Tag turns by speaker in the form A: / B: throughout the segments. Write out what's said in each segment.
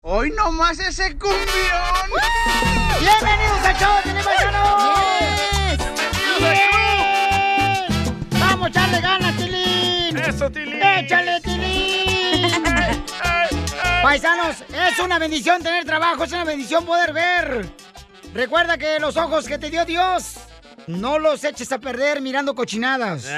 A: ¡Hoy nomás ese cumbión!
B: ¡Bienvenidos al show de Paisanos! ¡Bienvenidos al ¡Vamos a echarle ganas, Tilín!
C: ¡Eso, Tilín!
B: ¡Échale, Tilín! Paisanos, es una bendición tener trabajo, es una bendición poder ver. Recuerda que los ojos que te dio Dios, no los eches a perder mirando cochinadas.
D: No,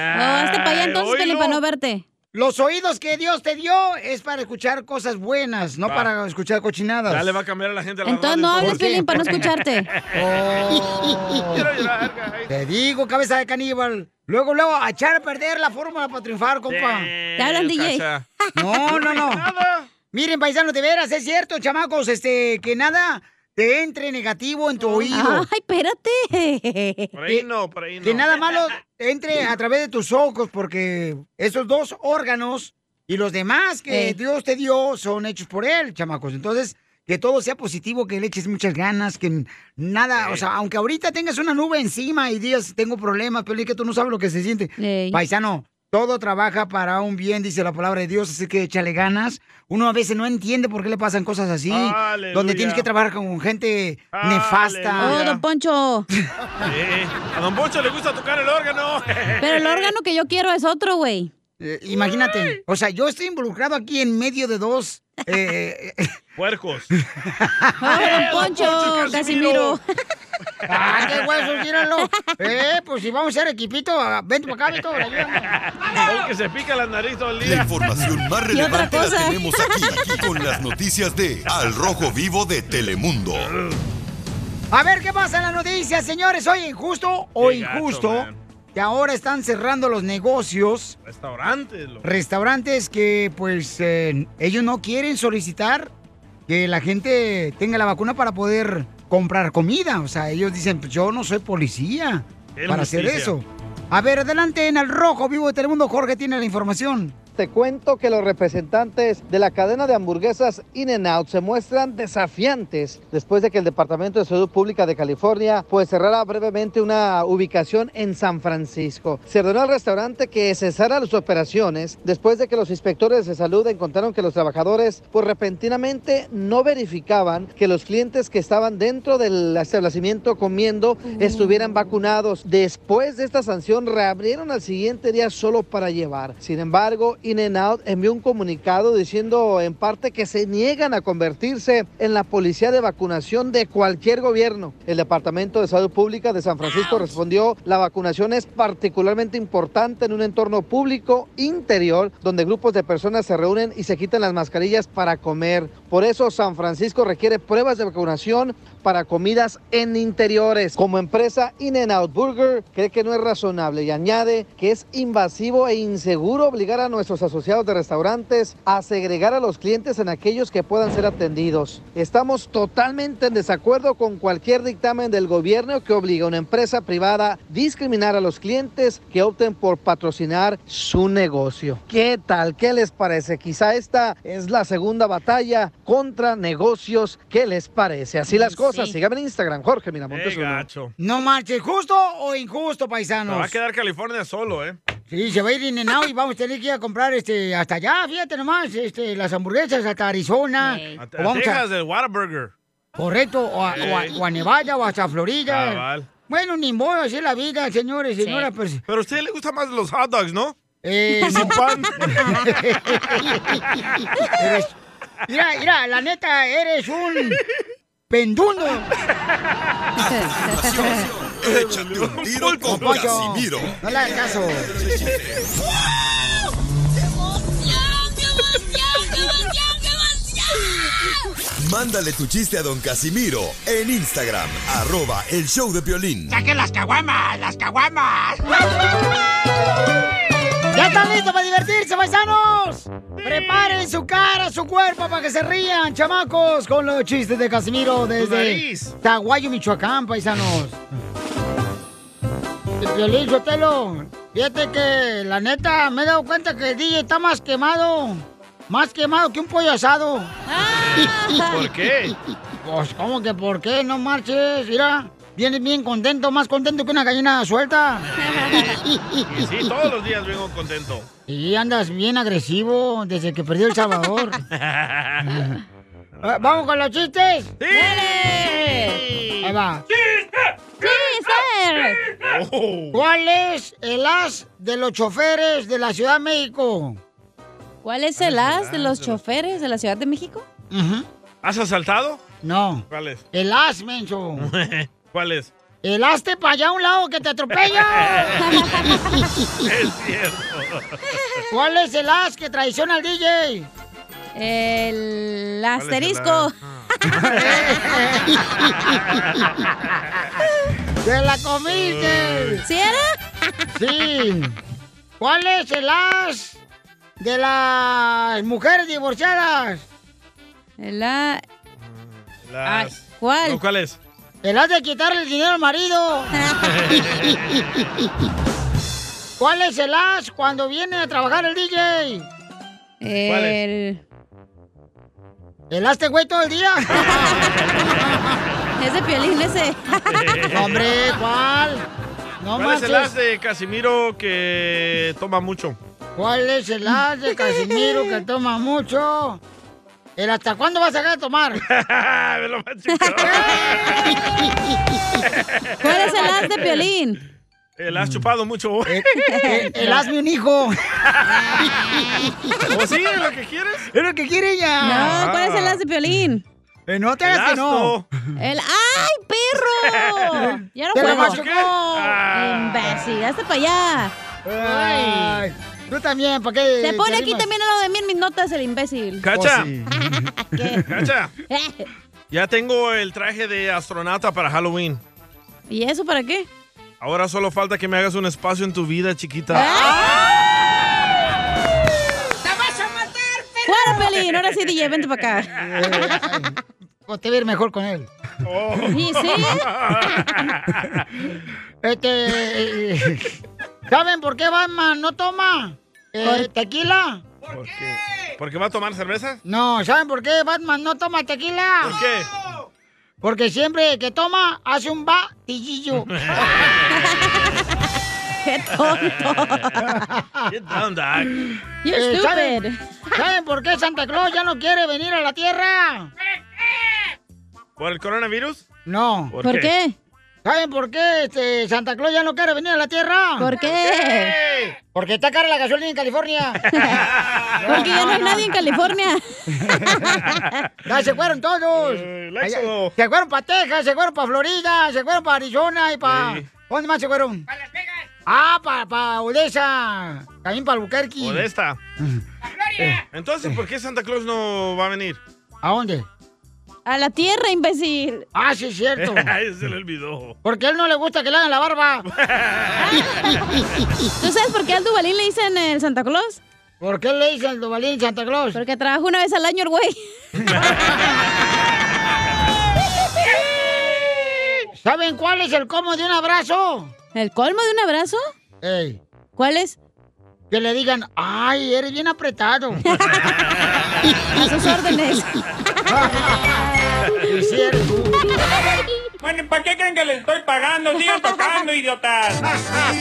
D: este para allá entonces, Pelín, para no verte.
B: Los oídos que Dios te dio es para escuchar cosas buenas, no
C: Va.
B: para escuchar cochinadas.
C: Ya le va a cambiar a la gente la
B: Entonces
C: radio,
B: no hables,
C: ¿por qué?
B: Piolín, para no escucharte. Oh.
C: Quiero llorar, guys.
B: Te digo, cabeza de caníbal. Luego, luego, a echar a perder la fórmula para triunfar, compa.
C: Te hablan, DJ. Cacha.
B: No, no, no.
C: Pues
B: Miren, paisano, de veras, es cierto, chamacos, este, que nada te entre negativo en tu oído.
D: Ay, espérate.
C: Por ahí no, por ahí no.
B: Que nada malo entre a través de tus ojos, porque esos dos órganos y los demás que
D: Ey.
B: Dios te dio son hechos por Él, chamacos. Entonces, que todo sea positivo, que le eches muchas ganas, que nada, o sea, aunque ahorita tengas una nube encima y digas, tengo problemas, pero es que tú no sabes lo que se siente. Paisano, todo trabaja para un bien, dice la palabra de Dios, así que échale ganas. Uno a veces no entiende por qué le pasan cosas así, donde
C: Aleluya.
B: tienes que trabajar con gente nefasta.
D: Oh, don Poncho.
C: Eh, a Don Poncho le gusta tocar el órgano.
D: Pero el órgano que yo quiero es otro, güey.
B: Eh, Imagínate, o sea, yo estoy involucrado aquí en medio de dos. eh, eh,
C: Puercos.
B: ¡Ah,
C: don Poncho, Poncho, Casimiro!
B: ¡Ah, qué huesos, míralo! Eh, pues si vamos a ser equipito, ah, vente para acá, Víctor, ayúdame.
C: Son que se pica la nariz todo el día.
E: La información más relevante la tenemos aquí, aquí con las noticias de Al Rojo Vivo de Telemundo.
B: A ver qué pasa en las noticias, señores. Hoy injusto o
C: Qué gacho,
B: injusto
C: man.
B: que ahora están cerrando los negocios,
C: Restaurantes, loco.
B: restaurantes que pues eh, ellos no quieren solicitar que la gente tenga la vacuna para poder comprar comida. O sea, ellos dicen, pues, yo no soy policía
F: Es
B: para hacer
F: justicia.
B: eso. A ver, adelante en el rojo vivo de Telemundo, Jorge tiene la información.
F: Te cuento que los representantes de la cadena de hamburguesas In-N-Out se muestran desafiantes después de que el Departamento de Salud Pública de California pues cerrara brevemente una ubicación en San Francisco. Se ordenó al restaurante que cesara sus operaciones después de que los inspectores de salud encontraron que los trabajadores pues repentinamente no verificaban que los clientes que estaban dentro del establecimiento comiendo estuvieran vacunados. Después de esta sanción reabrieron al siguiente día solo para llevar. Sin embargo, In-N-Out envió un comunicado diciendo en parte que se niegan a convertirse en la policía de vacunación de cualquier gobierno. El Departamento de Salud Pública de San Francisco respondió, la vacunación es particularmente importante en un entorno público interior donde grupos de personas se reúnen y se quitan las mascarillas para comer. Por eso San Francisco requiere pruebas de vacunación para comidas en interiores. Como empresa In-N-Out Burger cree que no es razonable y añade que es invasivo e inseguro obligar a nuestros asociados de restaurantes a segregar a los clientes en aquellos que puedan ser atendidos. Estamos totalmente en desacuerdo con cualquier dictamen del gobierno que obliga a una empresa privada a discriminar a los clientes que opten por patrocinar su negocio. ¿Qué tal? ¿Qué les parece? Quizá esta es la segunda batalla contra negocios. ¿Qué les parece? Así las
B: Sí.
F: cosas. Síganme en Instagram, Jorge Miramontes.
C: Qué
F: uno.
C: gacho.
B: No marches, justo o injusto,
C: Se va a
B: paisanos.
C: quedar California solo, ¿eh?
B: Sí, se va a ir in y vamos a tener que ir a comprar este hasta allá, fíjate nomás, este, las hamburguesas hasta Arizona.
C: A, a
B: O vamos a-
C: Texas del Whataburger.
B: Correcto, o a, o a-
C: Ey.
B: o a Nevada o hasta Florida.
C: Cabal.
B: Bueno, ni modo, así es la vida, señores,
C: Sí.
B: señoras. Pues...
C: Pero a usted le gustan más los hot dogs, ¿no?
B: Eh,
C: Sin pan.
B: Eres- Mira, mira, la neta, eres un pendundo.
E: Échate un tiro con
B: Don Poncho.
E: Casimiro.
B: No le hagas caso.
E: Mándale tu chiste a don Casimiro en Instagram, arroba el show de violín.
B: ¡Saquen las caguamas, las caguamas! ¡Ya están listos para divertirse, paisanos! Preparen su cara, su cuerpo para que se rían, chamacos, con los chistes de Casimiro desde
C: nariz.
B: Taguayo, Michoacán, paisanos. Violín Sotelo, fíjate que la neta me he dado cuenta que el DJ está más quemado. Más quemado que un pollo asado.
C: Ah. ¿Por qué?
B: Pues, ¿cómo que por qué? No marches, mira. Vienes bien contento, más contento que una gallina suelta.
C: Y sí, todos los días vengo contento.
B: Y andas bien agresivo desde que perdió El Salvador. Ah, ¿Vamos con los chistes?
D: ¡Sí!
B: Ahí va.
D: ¡Chiste!
B: ¿Cuál es el as de los choferes de la Ciudad de México?
D: ¿Cuál
C: Ah,
D: es el as de los choferes de la Ciudad de México?
C: ¿Has asaltado?
B: No.
C: ¿Cuál es?
B: El as, menso.
C: ¿Cuál es?
B: El as te para allá a un lado que te atropella.
C: es cierto.
B: ¿Cuál es el as que traiciona al DJ?
D: El
C: es el
D: asterisco.
C: as?
B: ¡Te la comiste!
D: ¿Sí era?
B: Sí. ¿Cuál es el as de las mujeres divorciadas?
D: El a...
C: Las-
D: Ay, ¿cuál?
C: No, ¿Cuál es?
B: El has de quitarle el dinero al marido. ¿Cuál es el as cuando viene a trabajar el DJ?
D: El...
B: ¿El as te güey todo el día?
D: Es de piolín ese.
B: Hombre, ¿cuál? No
C: ¿Cuál es el as
B: manches.
C: de Casimiro que toma mucho?
B: ¿Cuál es el as de Casimiro que toma mucho? ¿El hasta cuándo vas a dejar de tomar?
C: Ah, Me lo machucó.
D: ¿Cuál es el as de piolín?
C: Eh, ¿La has chupado mucho? ¿O
B: El, eh, el hazme un hijo.
C: Pues sí? ¿Lo que Ah. quieres?
B: Es lo que quiere ella.
D: No, ¿cuál es el as de piolín?
B: Eh, No, te
C: El
B: hagas que no.
C: asno.
D: El. ¡Ay, perro! Ya no
B: ¡Te la
D: puedo.
B: machuqué!
C: Ah.
D: Imbécil, hazte para allá.
B: Ay, Tú también, ¿para qué?
D: Se pone
B: te
D: aquí
B: arrimas?
D: también a lo de mí en mis notas el imbécil.
B: Oh,
C: Cacha,
B: sí.
D: ¿Qué?
C: cacha.
B: Pues
C: Ya tengo el traje de astronauta para Halloween.
D: ¿Y eso para qué?
C: Ahora solo falta que me hagas un espacio en tu vida, chiquita.
D: ¿Eh? ¡Fuera, Pelín! Ahora sí, DJ, vente para acá.
B: Pues te va a ir mejor con él.
C: Oh.
D: ¿Y sí?
B: Este. eh, ¿Saben por qué Batman no toma eh, tequila?
C: ¿Por qué? ¿Porque va a tomar cerveza?
B: No, ¿saben por qué Batman no toma
C: ¿Por
B: tequila?
C: qué?
B: Porque siempre que toma, hace un batillillo.
D: ¡Qué tonto!
C: Get down, Doc.
D: ¡You're
B: Eh, ¿saben-
D: stupid!
B: ¿Saben por qué Santa Claus ya no quiere venir a la Tierra?
C: ¿Por el coronavirus?
B: No.
D: ¿Por qué?
B: ¿Saben por qué este, Santa Claus ya no quiere venir a la Tierra?
D: ¿Por qué?
B: Porque está cara la gasolina en California.
D: Porque ya no hay nadie en California.
B: Ya se fueron todos.
C: Eh, el éxodo.
B: Allá- Se fueron para Texas, se fueron para Florida, se fueron para Arizona y para...
C: Sí.
B: ¿Dónde más se fueron? Para Las Vegas. Ah, para pa Odessa. También para Albuquerque.
C: ¿O de esta? Entonces, ¿por qué Santa Claus no va a venir?
B: Eh. ¿A dónde?
D: A la tierra, imbécil.
B: Ah, sí, es cierto.
C: Ay, Se le olvidó.
B: Porque a él no le gusta que le hagan la barba.
D: ¿Tú sabes por qué al Dubalín le dicen el Santa Claus?
B: ¿Por qué le dicen el Dubalín Santa Claus?
D: Porque trabaja una vez al año el güey.
B: ¿Saben cuál es el cómo de un abrazo?
D: ¿El colmo de un abrazo?
B: Ey,
D: ¿Cuál es?
B: que le digan, ay, eres bien apretado.
D: A sus órdenes.
B: Y sí eres tú.
A: Bueno, ¿para qué creen que les estoy pagando? Sigan tocando, idiotas.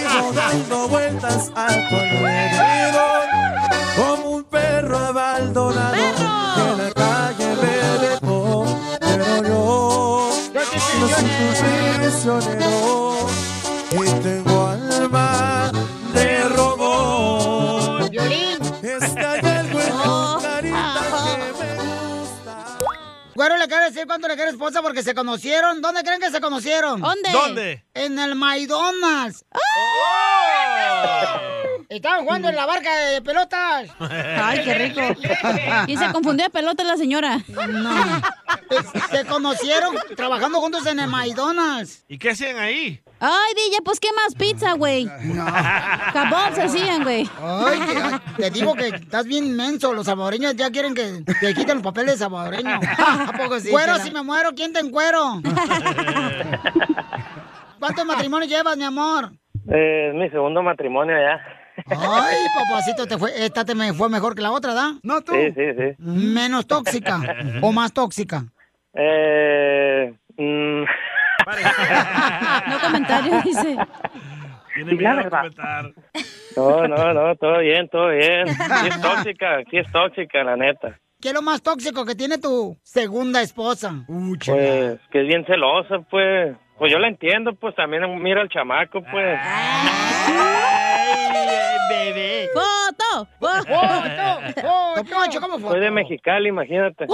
G: sigo dando vueltas a tu alrededor como un perro abandonado
D: ¡Perro!
G: que la calle me dejó pero yo no soy tu prisionero y tengo alma de robot
B: Violín.
G: este hay algo en tu carita que me
B: Güero le quiere decir cuánto le quiere esposa porque se conocieron. ¿Dónde creen que se conocieron?
D: ¿Dónde? ¡Oh!
C: ¿Dónde?
B: En el McDonald's. ¡Oh! Estaban jugando en la barca de pelotas.
D: Ay, qué rico. Y se confundió de pelota la señora.
B: No. Se- Se conocieron trabajando juntos en el McDonald's.
C: ¿Y qué hacían ahí?
D: Ay, DJ, pues qué más pizza, güey.
B: No.
D: Kebabs hacían, güey.
B: Ay, que- ay, te digo que estás bien inmenso. Los salvadoreños ya quieren que te quiten el papel de salvadoreño. ¿A poco sí? Cuero, si me muero, ¿quién te encuero? ¿Cuántos matrimonios llevas, mi amor?
H: Eh, es mi segundo matrimonio ya.
B: Ay, papacito, te fue, esta te me fue mejor que la otra, ¿da? No, tú.
H: Sí, sí, sí.
B: Menos tóxica o más tóxica.
H: Eh, mm,
D: No comentario, dice.
C: Tienen miedo
H: la
C: a
H: verdad.
C: comentar.
H: no, no, no, todo bien, todo bien. Sí es tóxica, sí es tóxica, la neta.
B: ¿Qué es lo más tóxico que tiene tu segunda esposa?
H: Pues que es bien celosa, pues. Pues yo la entiendo, pues también mira al chamaco, pues.
D: bebé. ¡Foto! ¡Foto!
B: ¡Foto! ¿Cómo
H: Soy de Mexicali, imagínate.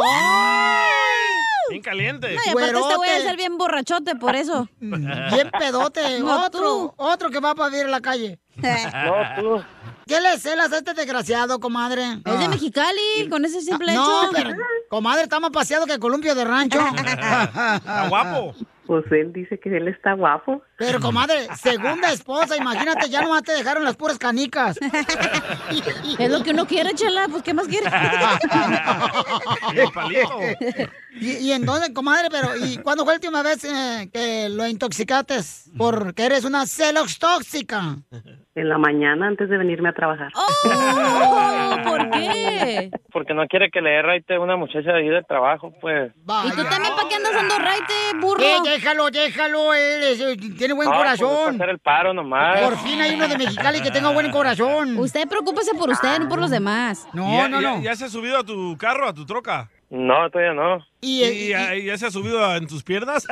C: Bien caliente.
D: No, y aparte este voy a ser bien borrachote por eso.
B: Bien pedote. otro, otro que va a vivir en la calle.
D: No,
H: tú.
B: ¿Qué le celas a este desgraciado, comadre?
D: Es de Mexicali, con ese simple
B: Ah, no,
D: hecho.
B: pero, comadre, está más paseado que columpio de rancho.
I: Está
C: guapo.
I: Pues él dice que él está guapo.
B: Pero, comadre, segunda esposa, imagínate, ya nomás te dejaron las puras canicas.
D: Es lo que uno quiere, chela, pues, ¿qué más quiere?
B: ¿Y, y entonces, comadre, pero ¿y cuándo fue la última vez eh, que lo intoxicaste? Porque eres una celox tóxica.
I: En la mañana antes de venirme a trabajar.
B: Oh,
D: Oh, ¿Por qué?
H: Porque no quiere que le dé raite a una muchacha de ahí de trabajo, pues.
D: ¿Y tú también para qué andas dando raite, burro?
B: Eh, déjalo, déjalo, él es, eh, tiene buen
H: No, pues, es
B: corazón.
H: para hacer el paro nomás.
B: Por fin hay uno de Mexicali que tenga buen corazón.
D: Usted preocúpese por usted, no por los demás.
C: ¿Ya, ya- ¿Ya se ha subido a tu carro, a tu troca?
H: No, todavía no.
C: ¿Y,
B: eh,
C: ya, ya se ha subido a- en tus piernas?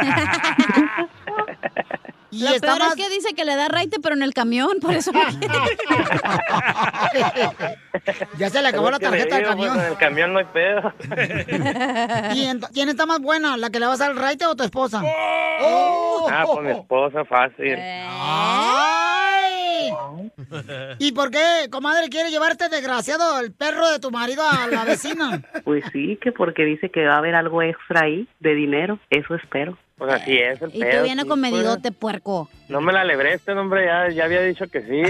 D: Lo
B: está
D: peor
B: más-
D: es que dice que le da raite, pero en el camión, por eso no quiere.
H: pues,
B: Ya se le acabó la
H: Es que le
B: tarjeta del
H: digo, pues,
B: camión.
H: en el camión no hay pedo.
B: ¿Y ent- ¿Quién está más buena? ¿La que le vas al raite o tu esposa? ¡Oh!
H: Ah, pues mi esposa, fácil.
B: Eh. ¡Ay! ¿Y por qué, comadre, quiere llevarte desgraciado el perro de tu marido a la vecina?
I: Pues sí, que porque dice que va a haber algo extra ahí de dinero. Eso espero.
H: Pues así
A: Eh.
H: es el
D: Y
H: pedo.
D: tú vienes
H: sí,
D: con
H: pues.
D: medidote, puerco.
H: No me la alegré este hombre, ya, ya había dicho que sí.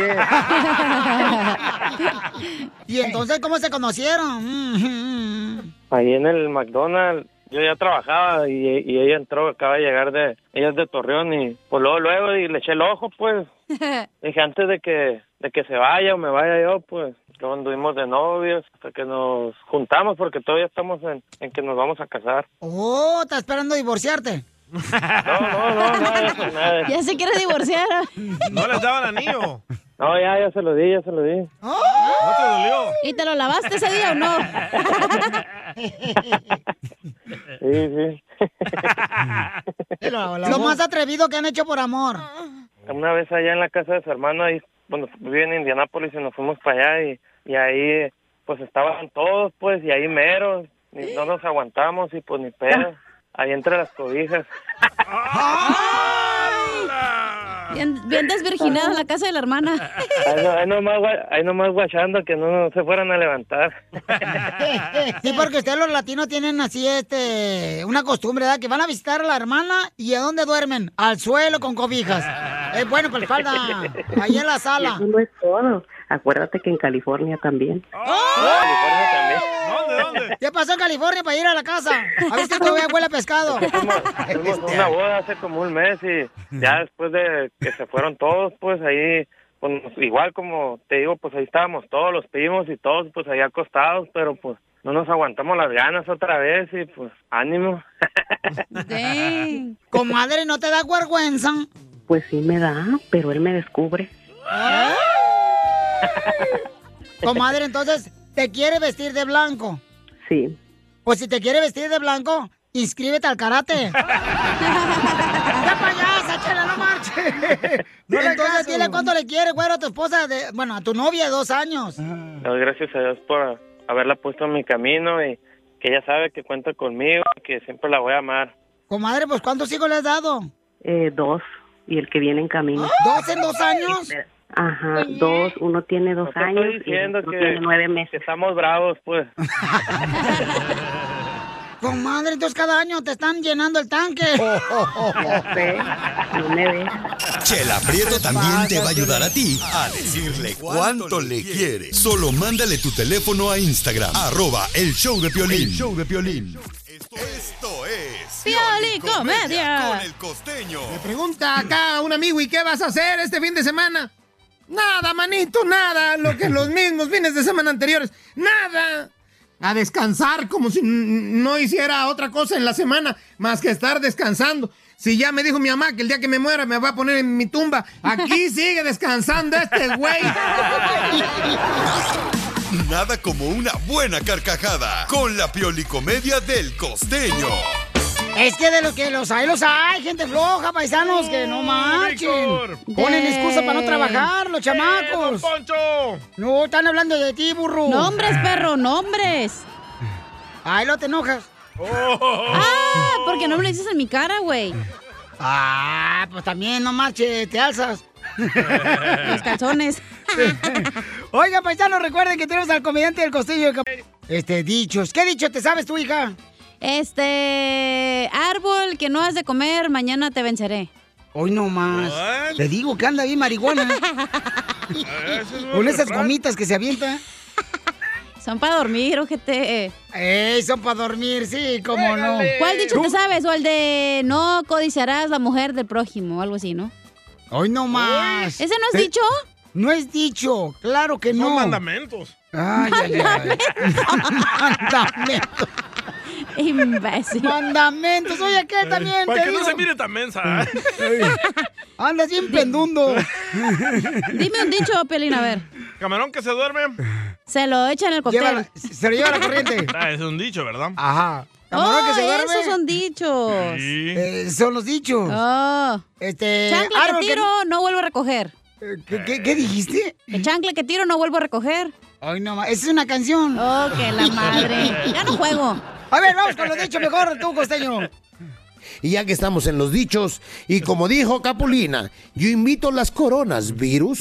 H: pues.
B: ¿Y entonces cómo se conocieron? Mm,
H: Ahí en el McDonald's. Yo ya trabajaba y, y ella entró, acaba de llegar de, ella es de Torreón y pues luego, luego y le eché el ojo pues, dije antes de que, de que se vaya o me vaya yo pues, luego anduvimos de novios hasta que nos juntamos porque todavía estamos en, en que nos vamos a casar.
B: ¡Oh! ¿Está esperando divorciarte?
H: No, no, no, ya se- nada.
D: Ya se quiere divorciar.
C: ¿No les daban anillo?
H: No, ya, ya se lo di, ya se lo di.
B: ¡Oh!
C: ¿No te dolió?
D: ¿Y te lo lavaste ese día o no?
H: Sí, sí.
B: Lo más atrevido que han hecho por amor.
H: Una vez allá en la casa de su hermano, ahí, bueno, vivía en Indianápolis y nos fuimos para allá y, y ahí, pues estaban todos, pues, y ahí mero, ni- no nos aguantamos y pues ni pedo, ahí entre las cobijas.
D: Bien, bien desvirginada en la casa de la hermana.
H: Ahí, no- ahí nomás, gua- ahí nomás guachando que no se fueran a levantar.
B: Sí, porque ustedes los latinos tienen así este una costumbre, ¿verdad? Que van a visitar a la hermana y ¿a dónde duermen? Al suelo con cobijas. Es bueno, pues falda. Ahí en la sala.
I: Eso no es todo. Acuérdate que en California también.
C: ¿Dónde, dónde?
B: ¿Qué pasó en California para ir a la casa? A ver si todavía huele a pescado.
H: Fuimos a una boda hace como un mes y ya después de que se fueron todos, pues ahí, pues, igual como te digo, pues ahí estábamos todos los primos y todos, pues ahí acostados, pero pues no nos aguantamos las ganas otra vez y pues ánimo.
D: Dang.
B: Comadre, ¿no te da vergüenza?
I: Pues sí me da, pero él me descubre.
B: Comadre, entonces, ¿te quiere vestir de blanco?
I: Sí.
B: Pues si te quiere vestir de blanco, inscríbete al karate. ¡Qué payasa, chela, no marches!
G: No le
B: entonces,
G: caso.
B: dile cuánto le quiere, güero, a tu esposa, de, bueno, a tu novia de dos años.
H: Doy gracias a Dios por haberla puesto en mi camino y que ella sabe que cuenta conmigo, que siempre la voy a amar.
B: Comadre, pues, ¿cuántos hijos le has dado? Oh,
I: Eh, dos. Y el que viene en camino.
B: ¿Dos en dos años?
I: Ajá,
B: pues,
I: dos. Uno tiene dos
H: No te
I: años
H: estoy
I: y el
H: diciendo
I: otro
H: que,
I: tiene nueve meses.
H: que estamos bravos, pues.
B: Comadre, entonces cada año te están llenando el tanque.
I: No me ve.
E: Chela Prieto también te va a ayudar a ti a decirle cuánto le quiere. Solo mándale tu teléfono a Instagram, arroba el show de Piolín.
J: El
E: show de Piolín.
J: Esto es.
D: Pioli Comedia.
J: Con el costeño.
K: Pregunta acá a un amigo, ¿y qué vas a hacer este fin de semana? Nada, manito, nada. Lo que los mismos fines de semana anteriores. Nada. A descansar como si n- no hiciera otra cosa en la semana más que estar descansando. Si ya me dijo mi mamá que el día que me muera me va a poner en mi Ah, tumba. Aquí sigue descansando este güey.
E: Nada como una buena carcajada con la piolicomedia del costeño.
B: Es que de lo que los hay, los hay, gente floja, paisanos, que no marchen. Ponen excusa para
D: Eh.
B: no trabajar,
C: Eh,
B: los chamacos. No, están hablando de ti, burro.
C: Ah.
D: Nombres, perro, nombres.
B: Ahí lo te enojas.
D: Ah, porque no me lo dices en mi cara, güey.
B: Ah, pues también no marches, te alzas.
D: Los calzones.
B: Oiga, paisanos, recuerden que tenemos al comediante del costeño de Cap- Este, dichos. ¿Qué dicho te sabes tú, hija?
D: Este árbol que no has de comer, mañana te venceré.
B: Hoy no más. Te digo que anda bien marihuana. Con esas gomitas que se avienta.
D: Son para dormir, ojete.
B: Ey, son para dormir, sí, cómo no.
D: ¿Cuál dicho
B: Tú-
D: te sabes? O el de no codiciarás la mujer del prójimo, o algo así, ¿no?
B: Hoy no más.
D: ¿Ese no es
B: Te-
D: dicho?
B: No es dicho, claro que no.
C: Son mandamentos.
B: Ay, ay, ay. Mandamentos.
D: Imbécil.
B: Mandamentos. Oye, aquel también.
C: Eh, Para
B: te
C: que no
B: digo. Mm.
C: se mire tan mensa. ¿eh?
B: Andas bien pendundo.
D: Dime un dicho, Pelín, a ver.
C: Camarón que se duerme.
D: Se lo echan en el cóctel.
C: Lleva la-
B: se lo lleva la corriente.
C: Ah, es un dicho, ¿verdad?
B: Ajá.
D: Oh,
B: Camarón que se duerme.
D: esos son dichos.
B: Eh, son los dichos.
D: Oh.
B: Este,
D: chancla
B: árbol
D: que
B: que
D: tiro, no vuelvo a recoger.
B: ¿Qué,
D: Eh.
B: qué- qué dijiste?
D: El chancla que tiro, no vuelvo a recoger.
B: Ay, no más. Esa es una canción.
D: Oh, que la madre. Ya no juego.
B: A ver, vamos con los dichos mejor, tú, costeño.
L: Y ya que estamos en los dichos, y como dijo Capulina, yo invito las coronas, virus.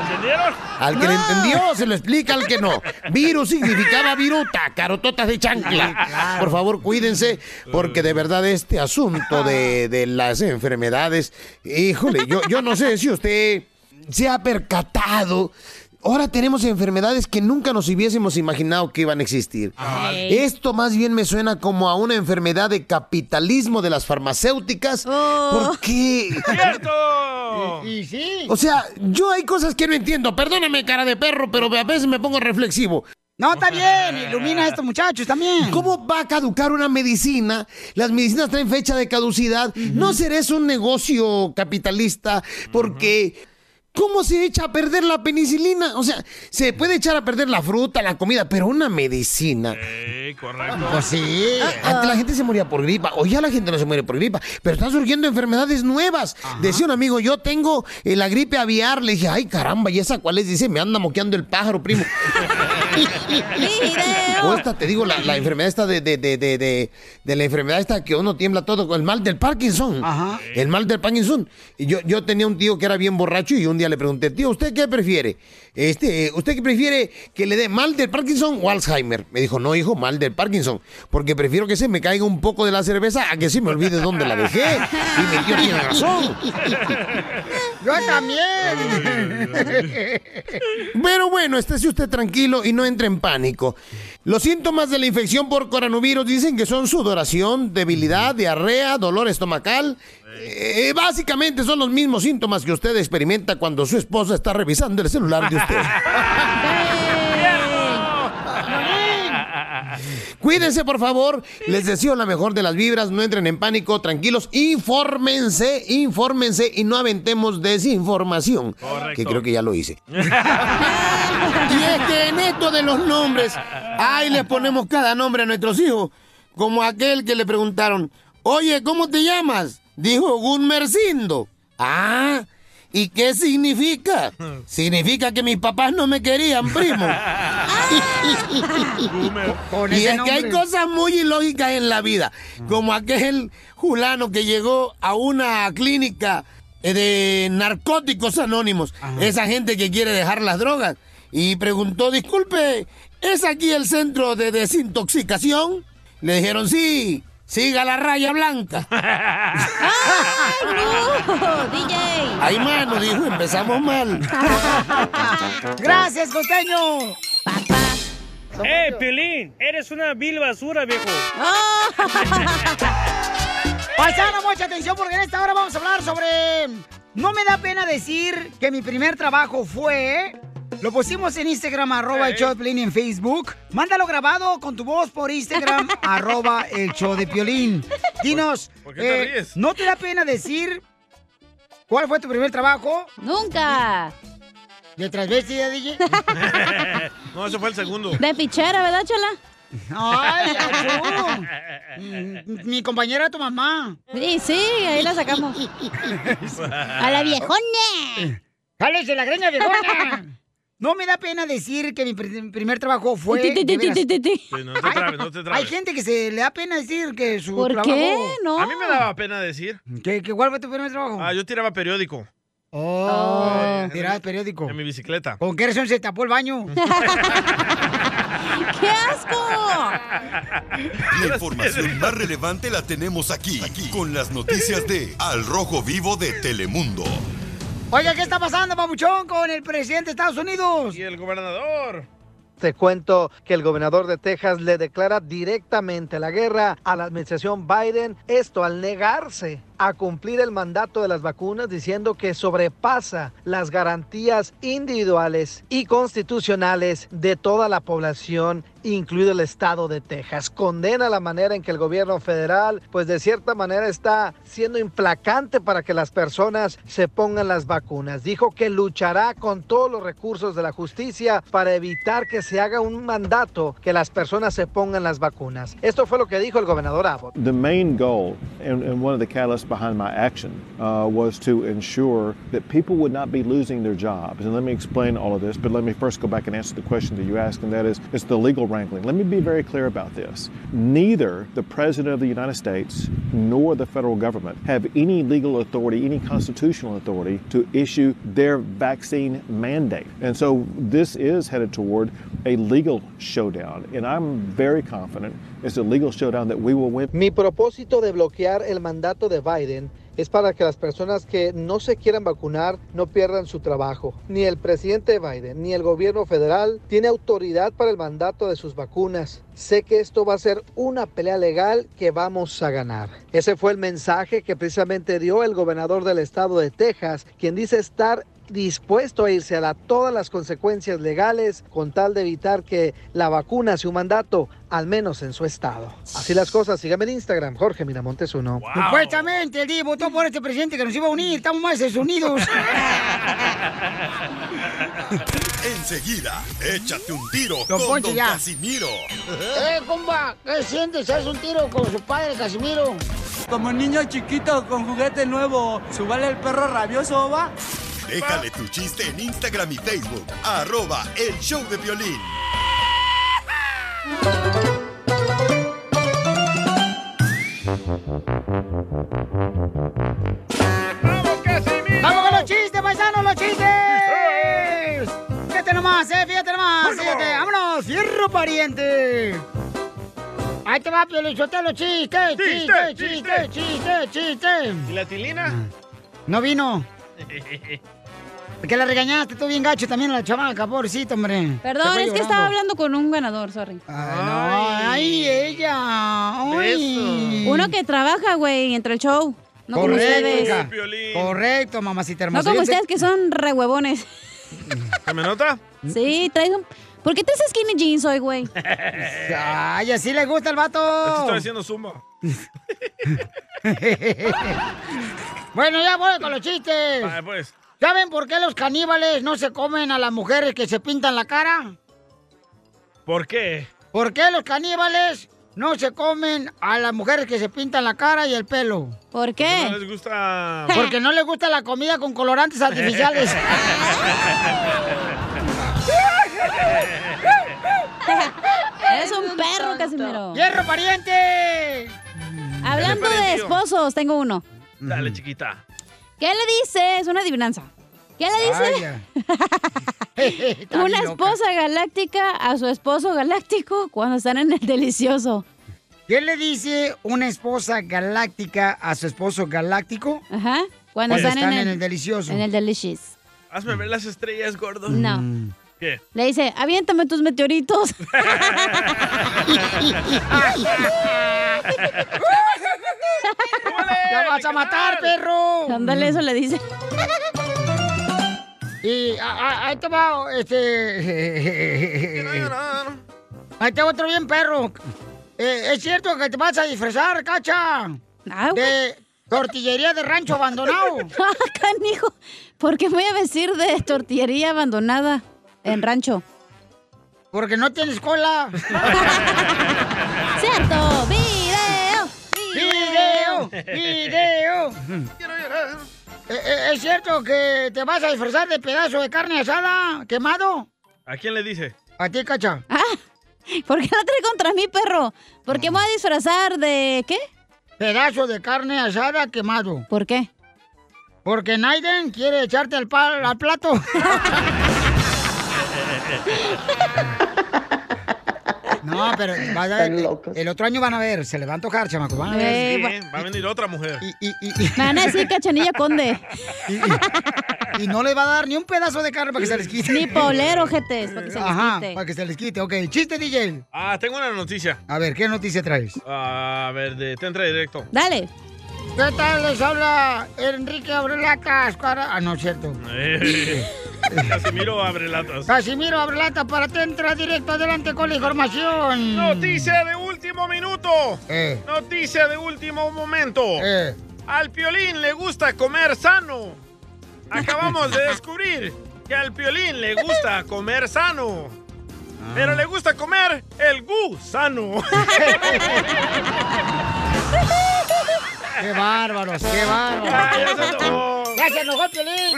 C: ¿Entendieron?
L: Al que le entendió, se lo explica al que no. Virus significaba viruta, carototas de chancla. Por favor, cuídense, porque de verdad este asunto de, de las enfermedades, híjole, yo, yo no sé si usted se ha percatado. Ahora tenemos enfermedades que nunca nos hubiésemos imaginado que iban a existir.
M: Ey.
L: Esto más bien me suena como a una enfermedad de capitalismo de las farmacéuticas. Porque
C: ¡Cierto!
B: Y, sí.
L: o sea, yo hay cosas que no entiendo. Perdóname, cara de perro, pero a veces me pongo reflexivo.
B: No, está bien. Ilumina a este estos muchachos también.
L: ¿Cómo va a caducar una medicina? Las medicinas traen fecha de caducidad. No será eso un negocio capitalista porque... ¿Cómo se echa a perder la penicilina? O sea, se puede echar a perder la fruta, la comida, pero una medicina.
C: Sí, correcto.
L: Pues sí. Antes la gente se moría por gripa. Hoy ya la gente no se muere por gripa. Pero están surgiendo enfermedades nuevas. Decía un amigo, yo tengo eh, la gripe aviar. Le dije, ay caramba, ¿y esa cuál es? Dice, me anda moqueando el pájaro, primo. O esta, te digo, la, la enfermedad esta de, de, de, de, de- de la enfermedad esta que uno tiembla todo, con el mal del Parkinson. El mal del Parkinson. Y Yo, yo tenía un tío que era bien borracho y un día le pregunté, tío, ¿usted qué prefiere? Este, ¿Usted qué prefiere que le dé mal del Parkinson o Alzheimer? Me dijo, no, hijo, mal del Parkinson, porque prefiero que se me caiga un poco de la cerveza a que se me olvide dónde la dejé. Y mi tío tiene razón.
B: Yo también.
L: Pero bueno, estése usted tranquilo y no entre en pánico. Los síntomas de la infección por coronavirus dicen que son sudoración, debilidad, diarrea, dolor estomacal. Eh, básicamente son los mismos síntomas que usted experimenta cuando su esposa está revisando el celular de usted. Cuídense, por favor. Les deseo la mejor de las vibras. No entren en pánico, tranquilos. Infórmense, infórmense y no aventemos desinformación. Que creo que ya lo hice. Y es que en esto de los nombres, ahí le ponemos cada nombre a nuestros hijos. Como aquel que le preguntaron, oye, ¿cómo te llamas? Dijo Gunmercindo. Ah, ¿y qué significa? Significa que mis papás no me querían, primo.
M: Con
L: y
M: ese
L: es que hay
M: nombre.
L: cosas muy ilógicas en la vida,
C: Mm.
L: como aquel fulano que llegó a una clínica eh, de narcóticos anónimos, esa gente que quiere dejar las drogas, y preguntó, disculpe, ¿es aquí el centro de desintoxicación? Le dijeron, sí, siga la raya blanca. Ay, mano, dijo, empezamos mal.
G: Ah,
B: Gracias, costeño.
N: ¡Eh, Piolín! Eres una vil basura, viejo.
B: Ah. Paisano, mucha atención porque en esta hora vamos a hablar sobre... No me da pena decir que mi primer trabajo fue... Lo pusimos en Instagram, arroba el show de Piolín y en Facebook. Mándalo grabado con tu voz por Instagram, arroba el show de Piolín. Dinos, eh,
C: por qué te ríes?
B: ¿no te da pena decir cuál fue tu primer trabajo?
D: Nunca.
B: ¿De transvestida, DJ?
C: No, ese fue el segundo.
D: De pichera, ¿verdad, Chela?
B: Ay, achú. Mm, Mi compañera, tu mamá.
D: Sí, sí, ahí la sacamos.
B: A la viejona. ¡Jálese la greña, viejona! No me da pena decir que mi pr- primer trabajo fue.
D: Ti, ti, ti,
B: de veras.
D: ti, ti, ti.
C: Sí, no te trabes, no te
B: Hay
C: trabes.
B: gente que se le da pena decir que su
D: ¿Por
B: trabajo.
D: qué? No.
C: A mí me daba pena decir.
B: ¿Qué, qué, ¿Cuál fue tu primer trabajo?
C: Ah, yo tiraba periódico.
B: Oh, tirabas periódico.
C: En mi bicicleta.
B: ¿Con qué razón se tapó el baño?
D: ¡Qué asco!
E: La información más relevante la tenemos aquí, aquí, con las noticias de Al Rojo Vivo de Telemundo.
B: Oiga, ¿qué está pasando, papuchón, con el presidente de Estados Unidos?
C: Y el gobernador.
F: Te cuento que el gobernador de Texas le declara directamente la guerra a la administración Biden, esto al negarse a cumplir el mandato de las vacunas diciendo que sobrepasa las garantías individuales y constitucionales de toda la población, incluido el estado de Texas. Condena la manera en que el gobierno federal, pues de cierta manera está siendo implacante para que las personas se pongan las vacunas. Dijo que luchará con todos los recursos de la justicia para evitar que se haga un mandato que las personas se pongan las vacunas. Esto fue lo que dijo el gobernador Abbott.
M: The main goal, and, and one of the catalysts behind my action, uh, was to ensure that people would not be losing their jobs. And let me explain all of this, but let me first go back and answer the question that you asked, and that is it's the legal wrangling. Let me be very clear about this. Neither the President of the United States nor the federal government have any legal authority, any constitutional authority to issue their vaccine mandate. And so this is headed toward a legal showdown. And I'm very confident it's a legal showdown that we will win.
F: Mi propósito de bloquear el mandato de Biden es para que las personas que no se quieran vacunar no pierdan su trabajo. Ni el presidente Biden ni el gobierno federal tiene autoridad para el mandato de sus vacunas. Sé que esto va a ser una pelea legal que vamos a ganar. Ese fue el mensaje que precisamente dio el gobernador del estado de Texas, quien dice estar dispuesto a irse a la- todas las consecuencias legales con tal de evitar que la vacuna sea un mandato, al menos en su estado. Así las cosas, síganme en Instagram, Jorge Miramontes uno.
B: Supuestamente, el día votó por este presidente que nos iba a unir. Estamos más desunidos.
E: Enseguida, échate un tiro
B: Don
E: con
B: Poncho,
E: Don
B: ya.
E: Casimiro.
B: ¡Eh, compa! ¿Qué sientes? ¿Haz un tiro con su padre, Casimiro?
O: Como niño chiquito con juguete nuevo, subale el perro rabioso, va.
E: Déjale tu chiste en Instagram y Facebook, arroba el show de violín.
B: ¡Vamos con los chistes, paisanos, los chistes! Fíjate nomás, eh, fíjate nomás, fíjate. ¡Vámonos, cierro pariente! Ahí te va, Piolín, suelta los chistes,
C: Chiste,
B: chistes, chistes, chistes, chistes.
C: ¿Y la tilina?
B: Ah. No vino, porque la regañaste tú bien gacho también a la chamaca, pobrecito, hombre. Se
D: Perdón,
B: fue
D: es que
B: llorando.
D: estaba hablando con un ganador, sorry.
B: Ay, ella. Ay.
D: Uno que trabaja, güey, entre el show. No como ustedes.
B: hija. Correcto, mamacita
D: No
B: hermosa.
D: como
B: Fíjense-
D: ustedes que son re huevones.
C: ¿Se me nota?
B: Mm.
D: Sí, traes un... ¿Por qué traes skinny jeans hoy, güey?
B: Ay, así le gusta el
C: Es que
B: vato.
C: estoy haciendo zumba.
B: bueno, ya voy con los chistes.
C: Ah, pues.
B: ¿Saben por qué los caníbales no se comen a las mujeres que se pintan la cara?
C: ¿Por qué?
B: ¿Por qué los caníbales no se comen a las mujeres que se pintan la cara y el pelo?
D: ¿Por
C: ¿No les gusta?
D: Eh.
B: Porque no les gusta la comida con colorantes artificiales.
D: Eres un perro, Casimiro.
B: ¡Hierro, pariente!
D: Mm. Hablando de
C: Parientillo.
D: esposos, tengo uno.
C: Dale, chiquita.
D: ¿Qué le dice? Es una adivinanza. ¿Qué le dice una esposa galáctica a su esposo galáctico cuando están en el delicioso?
B: ¿Qué le dice una esposa galáctica a su esposo galáctico?
D: Ajá. Cuando están en el-
B: delicioso.
D: en el delicious.
C: Hazme ver las estrellas, gordo.
B: Mm.
D: No.
C: ¿Qué?
D: Le dice, aviéntame tus meteoritos.
B: ¡La vas a matar, perro!
D: Ándale, eso le dice.
B: Y a- a- ahí te va, este... ahí te va otro
D: Ah,
B: bien, perro. Eh, ¿Es cierto que te vas a disfrazar, cacha? De, Tortillería de rancho abandonado.
D: Canijo, ¿por qué me voy a decir de tortillería abandonada en rancho?
B: Porque no tienes cola.
D: ¡Cierto! ¡Video!
B: ¡Video! ¡Video! Eh, eh, ¿Es cierto que te vas a disfrazar de pedazo de carne asada quemado?
C: ¿A quién le dice?
B: ¿A ti, cacha?
D: Ah, ¿Por qué la trae contra mí, perro? ¿Por qué me voy a disfrazar de qué?
B: Pedazo de carne asada quemado.
D: ¿Por qué?
B: Porque Naiden quiere echarte al, pal- al plato. no, pero va a- el otro año van a ver, se le va a antojar, chamaco. Van a
C: Sí,
B: ver.
C: va a venir otra mujer.
D: Eh, Me van a decir cachanilla conde.
B: Y no le va a dar ni un pedazo de carne para que se les quite.
D: Ni paulero, jetes, para que se les
B: Ajá,
D: quite.
B: para que se les quite. Ok, chiste, DJ.
C: Ah, tengo una noticia.
B: A ver, ¿qué noticia traes?
C: Ah, a ver, de, te entra directo.
D: Dale.
B: ¿Qué tal? Les habla Enrique Abrelatas. Para... Ah, no, es cierto.
C: Casimiro abre latas.
B: Casimiro Abrelata, para te entra directo adelante con la información.
C: Noticia de último minuto. Eh. Noticia de último momento. Al piolín le gusta comer sano. Acabamos de descubrir que al piolín le gusta comer sano. Pero le gusta comer el gusano.
B: ¡Qué bárbaros! ¡Qué
C: Ah,
B: bárbaros! ¡Ya se enojó, Piolín!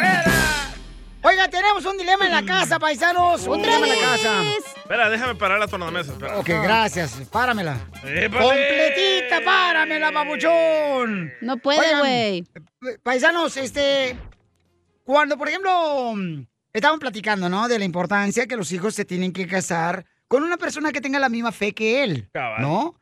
B: Oiga, tenemos un dilema en la casa, paisanos. Un dilema en la casa.
C: Espera, déjame parar la tornamesa. Espera.
B: Ok, gracias. Páramela.
C: Épale.
B: ¡Completita, páramela, babuchón!
D: No puede,
B: Oigan,
D: güey.
B: eh, Paisanos, este. Cuando, por ejemplo, mm, estábamos platicando, ¿no? De la importancia que los hijos se tienen que casar con una persona que tenga la misma fe que él, ¿no?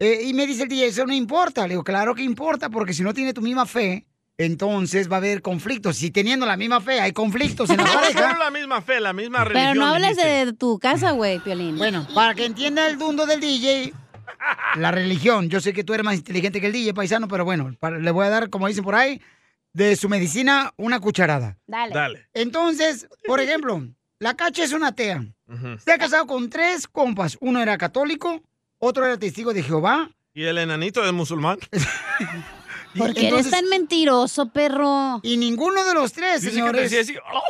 B: Eh, y me dice el DJ, eso no importa. Le digo, claro que importa, porque si no tiene tu misma fe, entonces va a haber conflictos. Si teniendo la misma fe hay conflictos en la
C: No
B: pareja.
C: solo la misma fe, la misma religión.
D: Pero no hables
C: dijiste.
D: de tu casa, güey, Piolín.
B: Bueno, para que entienda el dundo del DJ, la religión. Yo sé que tú eres más inteligente que el DJ, paisano, pero bueno, para- le voy a dar, como dicen por ahí, de su medicina una cucharada.
D: Dale.
C: Dale.
B: Entonces, por ejemplo, la cacha es una atea. Se ha casado con tres compas. Uno era católico, otro era testigo de Jehová.
C: ¿Y el enanito es musulmán?
D: ¿Por qué eres tan mentiroso, perro?
B: Y ninguno de los tres,
C: Dice que
B: señores.
C: te decía "Oh".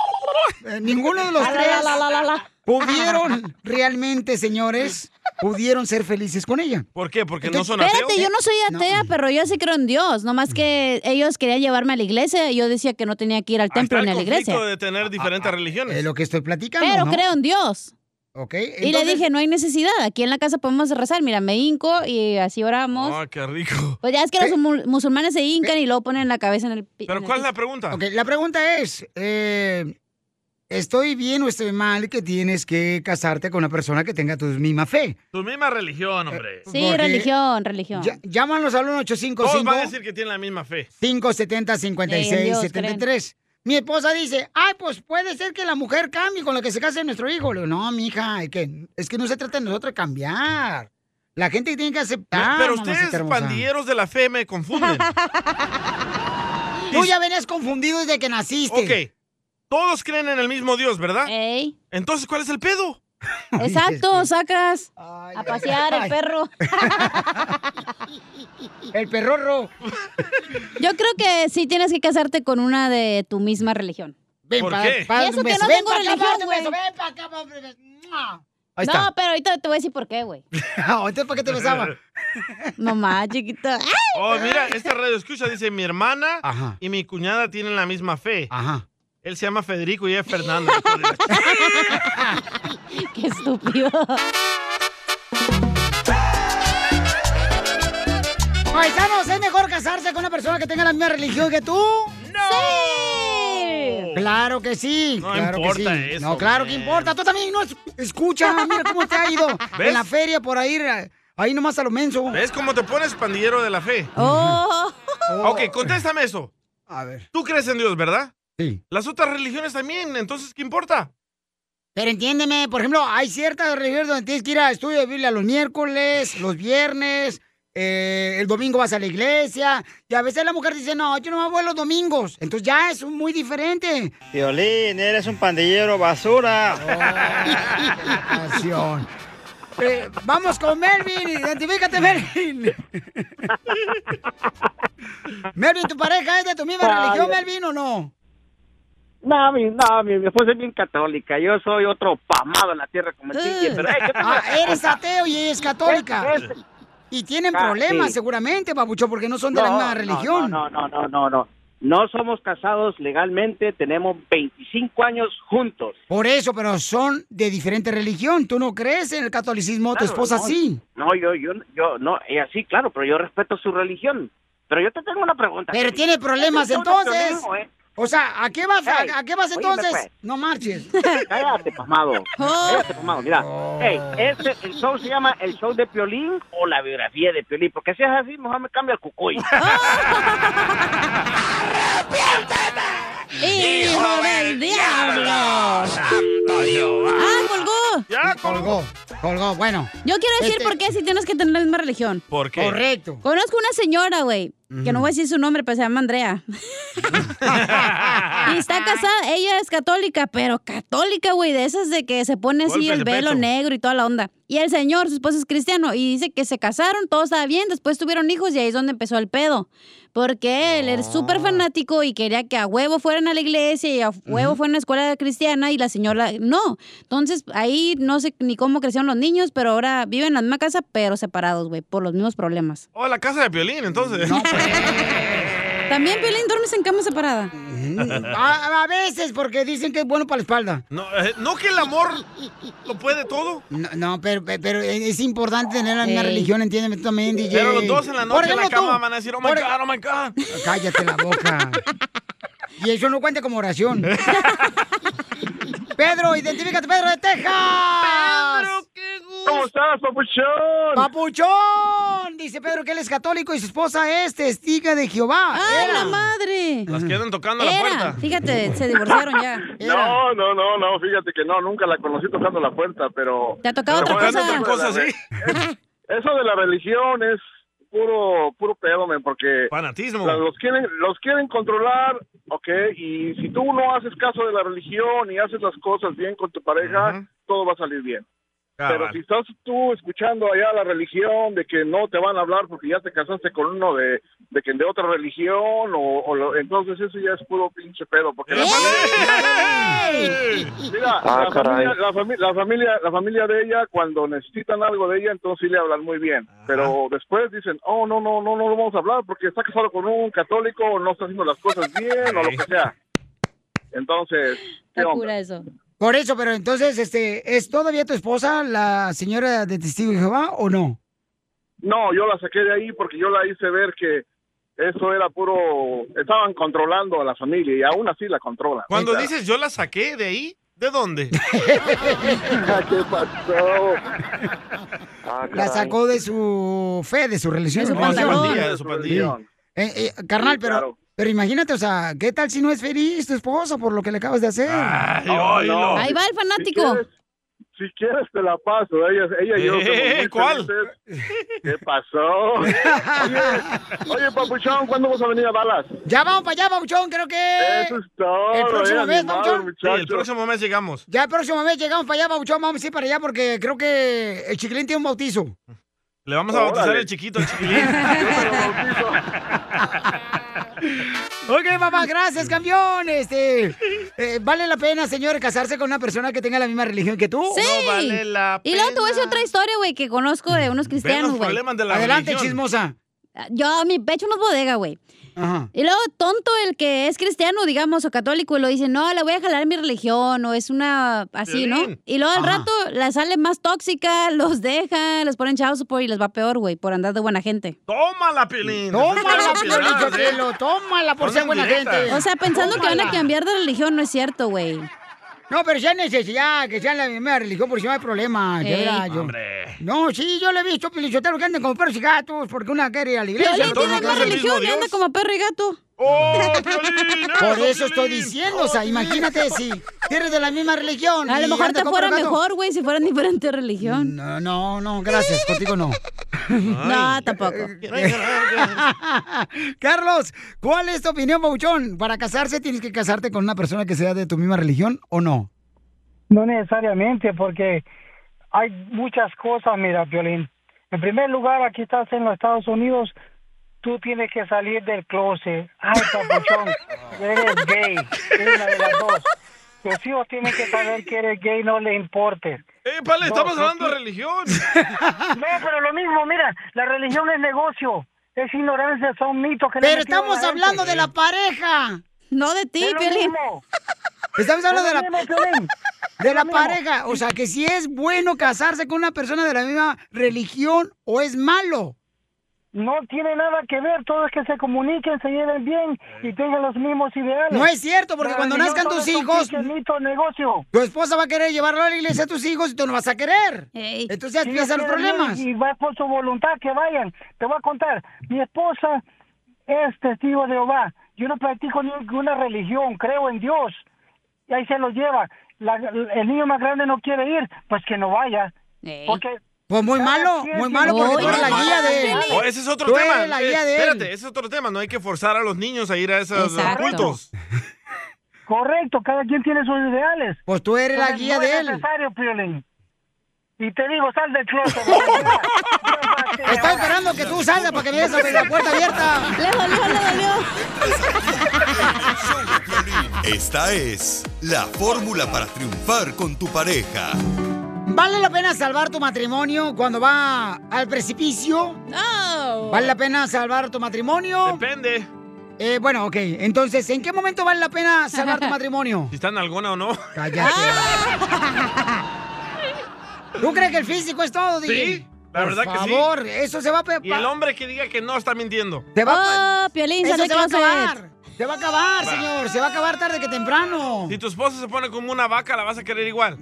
B: Eh, ninguno de los
D: La, la,
B: tres
D: la, la, la, la.
B: pudieron realmente, señores, pudieron ser felices con ella.
C: ¿Por qué? Mm. Porque no
B: Entonces,
C: son ateos.
D: Espérate, yo no soy atea, pero yo sí creo en Dios. Nomás que ellos querían llevarme a la iglesia y yo decía que no tenía que ir al templo ni a la iglesia.
C: de
B: Ah,
C: tener diferentes religiones.
B: Es eh, lo que estoy platicando.
D: Pero
B: ¿no?
D: creo en Dios.
B: Ok,
D: Y le
B: entonces-
D: dije, no hay necesidad. Aquí en la casa podemos rezar. Mira, me hinco y así oramos.
C: Ah, qué rico.
D: Pues ya es que los mu- musulmanes se hincan y luego ponen la cabeza en el... pi- en el
C: es la pregunta?
B: Ok, la pregunta es, eh, ¿estoy bien o estoy mal que tienes que casarte con una persona que tenga tu misma fe?
C: Tu misma religión, hombre.
D: Sí,
B: Porque-
D: religión, religión.
B: Ya- llámanos al
C: Todos van a
B: 1-855.
C: decir que tienen la misma fe.
B: 570-5673. Mi esposa dice, ay, pues puede ser que la mujer cambie con la que se case nuestro hijo. Le digo, no, mija, es que, es que no se trata de nosotros de cambiar. La gente tiene que aceptar.
C: Pero
B: mamacita
C: ustedes,
B: hermosa.
C: pandilleros de la fe, me confunden.
B: Tú ya venías confundido desde que naciste.
C: ok, todos creen en el mismo Dios, ¿verdad? Entonces, ¿cuál es el pedo?
D: Exacto, sacas a pasear
C: ay.
D: el perro.
B: El perrorro.
D: Yo creo que sí tienes que casarte con una de tu misma religión.
B: Ven
D: ¿Por
B: pa-
D: qué?
B: pa-
D: Y eso
B: un
D: que
B: beso.
D: no
B: Ven
D: tengo
B: pa' acá,
D: religión,
B: date un beso,
D: güey.
B: Ven para acá, pa- ¡Mua! Ahí
D: No,
B: está.
D: pero ahorita te voy a decir por qué, güey.
B: Ah, Entonces, ¿para qué te besaba?
D: Mamá, chiquita.
C: Oh, mira, esta radio escucha dice, mi hermana y mi cuñada tienen la misma fe.
B: Ajá.
C: Él se llama Federico y ella es Fernando.
D: Qué estúpido.
B: Paisanos, ¿es mejor casarse con una persona que tenga la misma religión que tú?
C: ¡No!
B: Claro que sí.
C: No
B: claro que
C: importa
B: sí.
C: eso,
B: No, claro
C: man.
B: que importa. Tú también no es- escucha. Mira cómo te ha ido
C: ¿Ves?
B: en la feria por ahí. Ahí nomás a lo menso.
C: ¿Ves cómo te pones pandillero de la fe?
D: Oh.
C: Ok, contéstame eso.
B: A ver.
C: Tú crees en Dios, ¿verdad?
B: Sí.
C: Las otras religiones también, entonces, ¿qué importa?
B: Pero entiéndeme, por ejemplo, hay ciertas religiones donde tienes que ir a estudio de Biblia los miércoles, los viernes, eh, el domingo vas a la iglesia. Y a veces la mujer dice, no, yo no me voy los domingos. Entonces ya es un- muy diferente.
P: Violín, eres un pandillero basura.
B: Acción. Eh, vamos con Melvin, identifícate, Melvin. Melvin, ¿tu pareja es de tu misma
P: Ah,
B: religión,
P: ya.
B: Melvin, o no?
P: No, mi, no, mi, mi esposa es bien católica. Yo soy otro pamado en la tierra como el Tinky, pero... eh, yo tengo
B: Ah,
P: una
B: eres
P: cosa.
B: ateo y ella es católica.
P: Es- es-
B: Y tienen
P: Ah,
B: problemas,
P: sí.
B: seguramente, papucho, porque no son de la
P: No,
B: misma
P: no,
B: religión.
P: No, no, no, no, no. No somos casados legalmente, tenemos 25 años juntos.
B: Por eso, pero son de diferente religión. ¿Tú no crees en el catolicismo? tu
P: Claro,
B: esposa
P: no,
B: sí.
P: No, yo, yo, yo, no, ella sí, claro, pero yo respeto su religión. Pero yo te tengo una pregunta.
B: Pero
P: Piolín.
B: tiene problemas
P: Yo tengo un
B: entonces.
P: problema, ¿eh?
B: O sea, ¿a qué vas, a-
P: Ey,
B: a, qué vas
P: óyeme,
B: entonces?
P: pues.
B: No marches.
P: Cállate, pasmado. Cállate, pasmado. Mira, hey, este, el show se llama El Show de Piolín o La Biografía de Piolín. Porque si es así, mejor me cambio al cucuy.
D: ¡Hijo del diablo! ¡Ah, colgó!
C: ¡Ya
B: colgó!
D: Ah.
B: Colgó, bueno.
D: Yo quiero decir
B: Este-
D: por qué si tienes que tener la misma religión.
B: ¿Por qué? Correcto.
D: Conozco una señora, güey, que no voy a decir su nombre, pero se llama Andrea. y está casada, ella es católica, pero católica, güey, de esas de que se pone así
Q: Golpes
D: el
Q: de
D: velo
Q: pecho.
D: negro y toda la onda. Y el señor, su esposo es cristiano, y dice que se casaron, todo estaba bien, después tuvieron hijos y ahí es donde empezó el pedo. Porque él era
B: Ah.
D: súper fanático y quería que a huevo fueran a la iglesia y a huevo fueran a la escuela cristiana y la señora no. Entonces ahí no sé ni cómo crecieron los niños, pero ahora viven en la misma casa, pero separados, güey, por los mismos problemas.
C: Oh, la casa de Piolín, entonces.
B: pues.
D: También, Piolín, duermes en cama separada.
B: Mm. A, a veces, porque dicen que es bueno para la espalda.
C: No, eh, no que el amor lo puede todo.
B: No, no, pero, pero es importante tener la misma
C: Ey.
B: religión, entiéndeme tú también, DJ.
C: Pero los dos en la
B: Por
C: noche en la
B: ejemplo, tú.
C: cama van a decir, oh my
B: Por- e
C: God, oh my God.
B: Cállate la boca. Y eso no cuenta como oración. Pedro, identifícate, Pedro de Texas. Pedro, qué gusto.
R: ¿Cómo estás, papuchón?
B: Papuchón. Dice Pedro que él es católico y su esposa es testiga de Jehová.
D: ¡Ay,
B: Era.
D: la madre!
C: Las quedan tocando la
D: Era,
C: puerta.
D: fíjate, se divorciaron ya.
R: No, no, no, no, fíjate que no, nunca la conocí tocando la puerta, pero...
D: Te ha tocado otra
R: Pero bueno, eso
D: cosa.
R: de la re- es- Eso de la religión es puro puro pedo, men, porque...
C: Fanatismo.
R: la- Los quieren, los quieren controlar, ok, y si tú no haces caso de la religión y haces las cosas bien con tu pareja, todo va a salir bien. Pero
C: Cabal.
R: si estás tú escuchando allá la religión de que no te van a hablar porque ya te casaste con uno de, de que de otra religión o, o lo- entonces eso ya es puro pinche pedo porque
D: ¿Eh?
R: la familia, mira
S: Ah,
R: la,
S: caray.
R: familia, la, fami- la familia la familia de ella cuando necesitan algo de ella entonces sí le hablan muy bien pero después dicen oh no no no no lo vamos a hablar porque está casado con un católico o no está haciendo las cosas bien o lo que sea entonces ¿qué
D: Está
R: onda?
D: cura eso.
B: Por eso, pero entonces, este, ¿es todavía tu esposa la señora de testigo de Jehová o no?
R: No, yo la saqué de ahí porque yo la hice ver que eso era puro. Estaban controlando a la familia y aún así la controlan.
C: Cuando dices yo la saqué de ahí, ¿de dónde?
R: Ah, ¿Qué pasó? Ah,
B: La sacó de su fe, de su religión,
C: De
B: de
C: su
B: su
C: panteón.
B: religión.
C: De su pandilla.
B: Sí. Eh, eh, carnal,
R: Sí,
B: pero,
R: claro.
B: pero imagínate, o sea, ¿qué tal si no es feliz tu esposa por lo que le acabas de hacer?
R: No, no.
D: Ahí va el fanático.
R: Si quieres te la paso, ella, ella y yo. somos
C: Eh,
R: muy
C: ¿cuál?
R: felices. ¿Qué pasó? Oye, oye, Papuchón, ¿cuándo vas a venir a Dallas?
B: Ya vamos para allá, Pauchón, creo que.
R: Eso es todo.
B: El próximo
R: eh,
B: mes,
R: animado,
B: Papuchón.
C: Sí,
R: muchacho.
C: el próximo mes llegamos.
B: Ya el próximo mes llegamos para allá, Pauchón, vamos a ir para allá porque creo que el chiquilín tiene un bautizo.
C: Le vamos a bautizar
B: Órale.
C: el chiquito, el chiquilín.
B: Ok, papá, gracias, campeón. Este, eh, ¿Vale la pena, señor, casarse con una persona que tenga la misma religión que tú?
D: Sí. y luego te voy a decir otra historia, güey, que conozco de unos cristianos, güey.
B: problemas de la Adelante, religión. chismosa.
D: Yo a mi pecho no es bodega, güey.
B: Ajá.
D: Y luego tonto el que es cristiano, digamos, o católico, y lo dice, no, le voy a jalar mi religión, o es una así, ¿no?
Q: Violín.
D: Y luego al
Q: Ajá.
D: rato la sale más tóxica, los deja, les ponen chavos y les va peor, güey, por andar de buena gente.
C: Tómala, Pilín.
D: Tómala,
B: Piolín Sotelo, tómala por
C: Andan
B: ser buena
C: directas.
B: gente.
D: O sea, pensando que van a
B: Tómala.
D: cambiar de religión, no es cierto, güey.
B: No, pero si hay necesidad, que sean la misma religión, por si no hay problema. de
D: Ey.
B: verdad, yo.
C: Hombre.
B: No, sí, yo le he visto pelichoteros que andan como perros y gatos, porque una quiere ir a la iglesia.
D: Piolín
B: entonces
D: tiene
B: otra
D: más
B: quiere-
D: religión y anda como perro y gato.
B: Oh, Por eso estoy diciendo, o sea, imagínate si eres de la misma religión.
D: A
B: y
D: lo mejor
B: andas
D: te
B: como
D: fuera
B: perro y gato.
D: mejor, güey, si fueran diferente religión.
B: No, no, no, gracias, contigo no.
D: No, tampoco.
B: Eh, Carlos, ¿cuál es tu opinión, Bauchón? ¿Para casarse tienes que casarte con una persona que sea de tu misma religión o no?
T: No necesariamente, porque hay muchas cosas, mira, Violín. En primer lugar, aquí estás en los Estados Unidos, tú tienes que salir del closet. Ay, papuchón, eres gay. Una de las dos. Tus hijos tienen que saber que eres gay, no le importes.
C: Eh, pale,
T: No,
C: estamos
T: no,
C: hablando
T: tú-
C: de religión.
T: No, pero lo mismo, mira, la religión es negocio. Es ignorancia, son mitos que le
B: Pero
T: metieron a
B: estamos
T: la
B: hablando
T: gente.
B: de la pareja.
D: No de ti,
T: Es lo
D: Piolín.
T: mismo.
B: Estamos hablando de la,
T: Es lo mismo, Piolín.
B: de la
T: mismo.
B: pareja. O sea, que si es bueno casarse con una persona de la misma religión o es malo.
T: No tiene nada que ver, todo es que se comuniquen, se lleven bien y tengan los mismos ideales.
B: No es cierto, porque
T: La
B: cuando
T: religión
B: nazcan
T: todo
B: tus
T: es un
B: hijos-
T: pinche mito, negocio.
B: Tu esposa va a querer llevarlo a la iglesia a tus hijos y tú no vas a querer. Entonces ya
T: Si
B: empiezan los
T: ellos quieren
B: problemas.
T: ir Y va por su voluntad que vayan. Te voy a contar, mi esposa es testigo de Jehová. Yo no practico ninguna religión, creo en Dios. Y ahí se lo lleva. La- el niño más grande no quiere ir, pues que no vaya. Porque
B: Pues muy malo, muy malo porque tú eres la guía de...
C: Oh, ese es otro
B: tú
C: tema.
B: eres la
C: Eh,
B: guía de él.
C: Espérate, ese es otro tema. No hay que forzar a los niños a ir a esos
T: Exacto.
C: cultos.
T: Correcto, cada quien tiene sus ideales.
B: Pues tú eres la guía de él.
T: Es necesario, Piolín. Y te digo, sal del closet.
B: Estoy esperando que tú salgas para que me des la puerta abierta.
D: Le dolió, le dolió.
E: Esta es la fórmula para triunfar con tu pareja.
B: ¿Vale la pena salvar tu matrimonio cuando va al precipicio?
D: Oh,
B: No. ¿Vale la pena salvar tu matrimonio?
C: Depende.
B: Eh, bueno, ok. Entonces, ¿en qué momento vale la pena salvar tu matrimonio?
C: Si están alguna o no.
B: ¿Tú crees que el físico es todo, DJ?
C: Sí, la
B: Por
C: verdad que sí.
B: favor, eso se va a... pe-
C: Y el hombre que diga que no está mintiendo.
B: Te va
D: oh, Piolín,
B: Eso
D: sale
B: se va a
D: closet.
B: acabar. Se va a acabar,
C: Va.
B: señor. Se va a acabar tarde que temprano.
C: Si tu esposa se pone como una vaca, la vas a querer igual.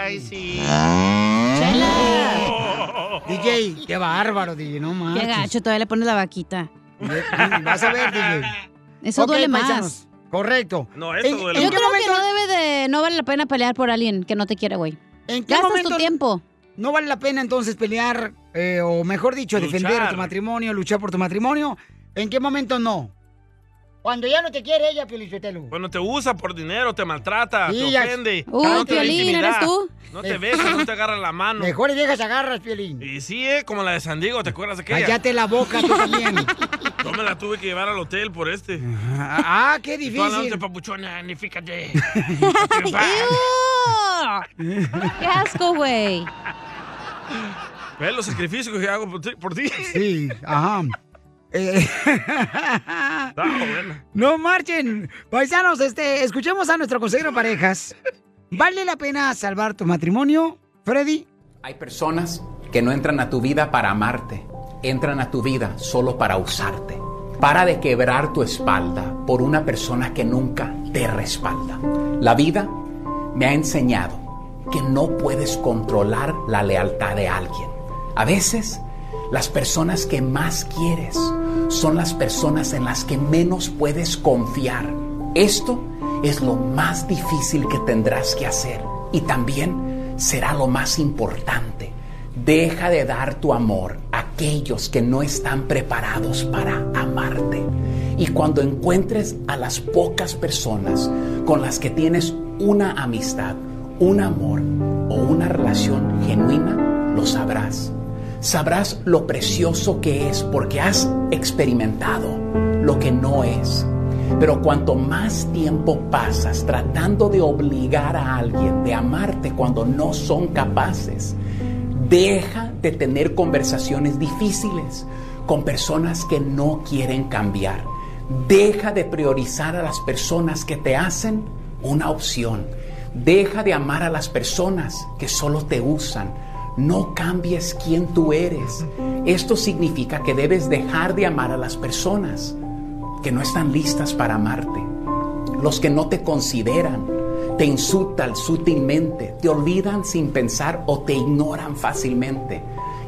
B: Ay,
C: sí. Oh.
B: DJ, qué bárbaro, DJ, no
D: Qué
B: manches.
D: gacho, todavía le pones la vaquita.
B: Vas a ver, DJ.
D: Eso
B: Ok,
D: duele más.
B: paisanos, Correcto.
C: No,
D: En- Yo creo que no debe de, no vale la pena pelear por alguien que no te quiere, güey.
B: ¿En
D: Gastas tu tiempo.
B: No vale la pena entonces pelear, eh, o mejor dicho, defender
D: Luchar.
B: tu matrimonio, luchar por tu matrimonio. ¿En qué momento no? Cuando ya no te quiere ella, Piolichotelo.
C: Cuando te usa por dinero, te maltrata,
B: Sí,
C: te
B: ya-
C: ofende.
B: Uy,
C: no te da
B: Piolín,
C: intimidad,
B: ¿eres tú?
C: No te besas, no te agarra la mano.
B: Mejores viejas agarras, Piolín.
C: Y sí, eh, como la de San Diego, ¿te acuerdas de aquella?
B: Cállate la boca tú también.
C: Yo me la tuve que llevar al hotel por este.
B: Ah, qué
C: Y tú hablándote,
B: difícil.
C: papuchona, ni fíjate.
D: ¡Ew! ¡Qué asco, güey!
C: Ve los sacrificios que hago por ti. por ti.
B: Sí, ajá. Eh,
C: Está Ah, bueno.
B: No marchen. Paisanos, este, escuchemos a nuestro consejero parejas. ¿Vale la pena salvar tu matrimonio, Freddy?
S: Hay personas que no entran a tu vida para amarte, entran a tu vida solo para usarte. Para de quebrar tu espalda por una persona que nunca te respalda. La vida me ha enseñado que no puedes controlar la lealtad de alguien. A veces, las personas que más quieres son las personas en las que menos puedes confiar. Esto es lo más difícil que tendrás que hacer y también será lo más importante. Deja de dar tu amor a aquellos que no están preparados para amarte. Y cuando encuentres a las pocas personas con las que tienes una amistad, un amor o una relación genuina, lo sabrás. Sabrás lo precioso que es porque has experimentado lo que no es. Pero cuanto más tiempo pasas tratando de obligar a alguien de amarte cuando no son capaces, Deja de tener conversaciones difíciles con personas que no quieren cambiar. Deja de priorizar a las personas que te hacen una opción. Deja de amar a las personas que solo te usan. No cambies quién tú eres. Esto significa que debes dejar de amar a las personas que no están listas para amarte los que no te consideran, te insultan sutilmente, te olvidan sin pensar o te ignoran fácilmente.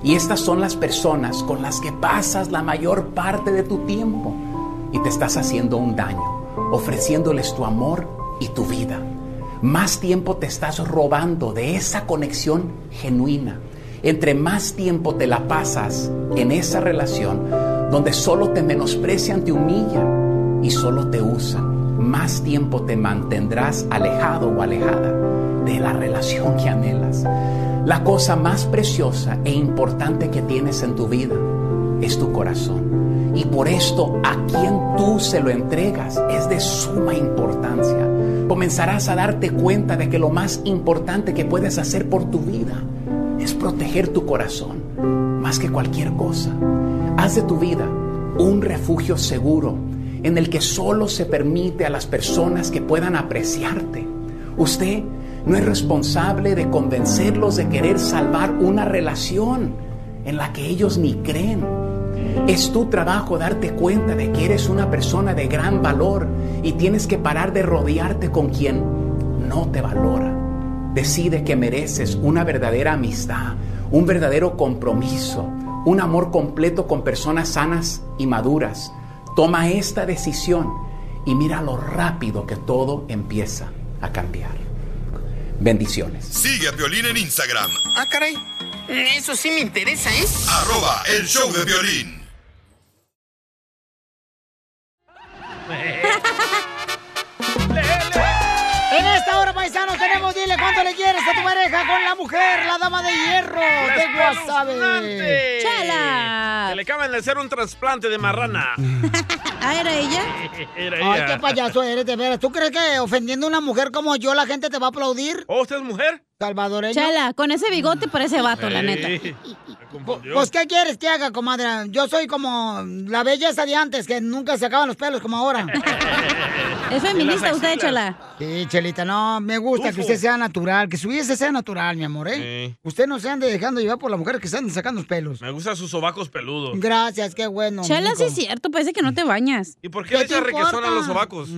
S: Y estas son las personas con las que pasas la mayor parte de tu tiempo y te estás haciendo un daño, ofreciéndoles tu amor y tu vida. Más tiempo te estás robando de esa conexión genuina. Entre más tiempo te la pasas en esa relación donde solo te menosprecian, te humillan, y solo te usan, más tiempo te mantendrás alejado o alejada de la relación que anhelas. La cosa más preciosa e importante que tienes en tu vida es tu corazón. Y por esto a quien tú se lo entregas es de suma importancia. Comenzarás a darte cuenta de que lo más importante que puedes hacer por tu vida es proteger tu corazón más que cualquier cosa. Haz de tu vida un refugio seguro en el que solo se permite a las personas que puedan apreciarte. Usted no es responsable de convencerlos de querer salvar una relación en la que ellos ni creen. Es tu trabajo darte cuenta de que eres una persona de gran valor y tienes que parar de rodearte con quien no te valora. Decide que mereces una verdadera amistad, un verdadero compromiso, un amor completo con personas sanas y maduras. Toma esta decisión y mira lo rápido que todo empieza a cambiar. Bendiciones.
E: Sigue a Violín en Instagram,
T: Ah, caray. Eso sí me interesa, ¿eh?
E: arroba el show de violín.
B: En esta hora, paisanos, tenemos Dile cuánto le quieres a tu pareja con la mujer, la dama de hierro de Guasave.
C: Que le acaban de hacer un trasplante de marrana.
B: ¿Ah, era ella?
C: Era
B: Ay,
C: ella.
B: qué payaso eres, de veras. ¿Tú crees que ofendiendo a una mujer como yo la gente te va a aplaudir?
C: ¿O ¿Oh, usted es mujer?
B: Salvadoreño.
D: Chala, con ese bigote parece vato, la neta.
C: Sí, me confundió.
B: Pues, ¿qué quieres que haga, comadre? Yo soy como la belleza de antes, que nunca se acaban los pelos como ahora.
D: Es feminista usted, Chala.
B: Sí, Chelita, no, me gusta que usted sea natural, que su vida sea natural, mi amor, ¿eh? Usted no se ande dejando llevar por las mujeres que se andan sacando los pelos.
C: Me gustan sus sobacos peludos.
B: Gracias, qué bueno.
D: Chala,
B: mijo.
D: sí es cierto, parece que no te bañas.
C: ¿Y por qué le echas requesón a los sobacos?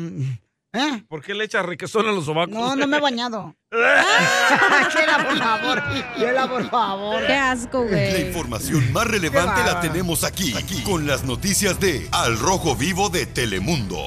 B: ¿Eh?
C: ¿Por qué le echas requesón a los sobacos?
B: No, no me he bañado. Chela, por favor. Chela, por favor.
D: Qué asco,
E: La
D: güey.
E: información más relevante
B: Qué
E: la
B: bárbaro.
E: tenemos aquí, aquí, con las noticias de Al Rojo Vivo de Telemundo.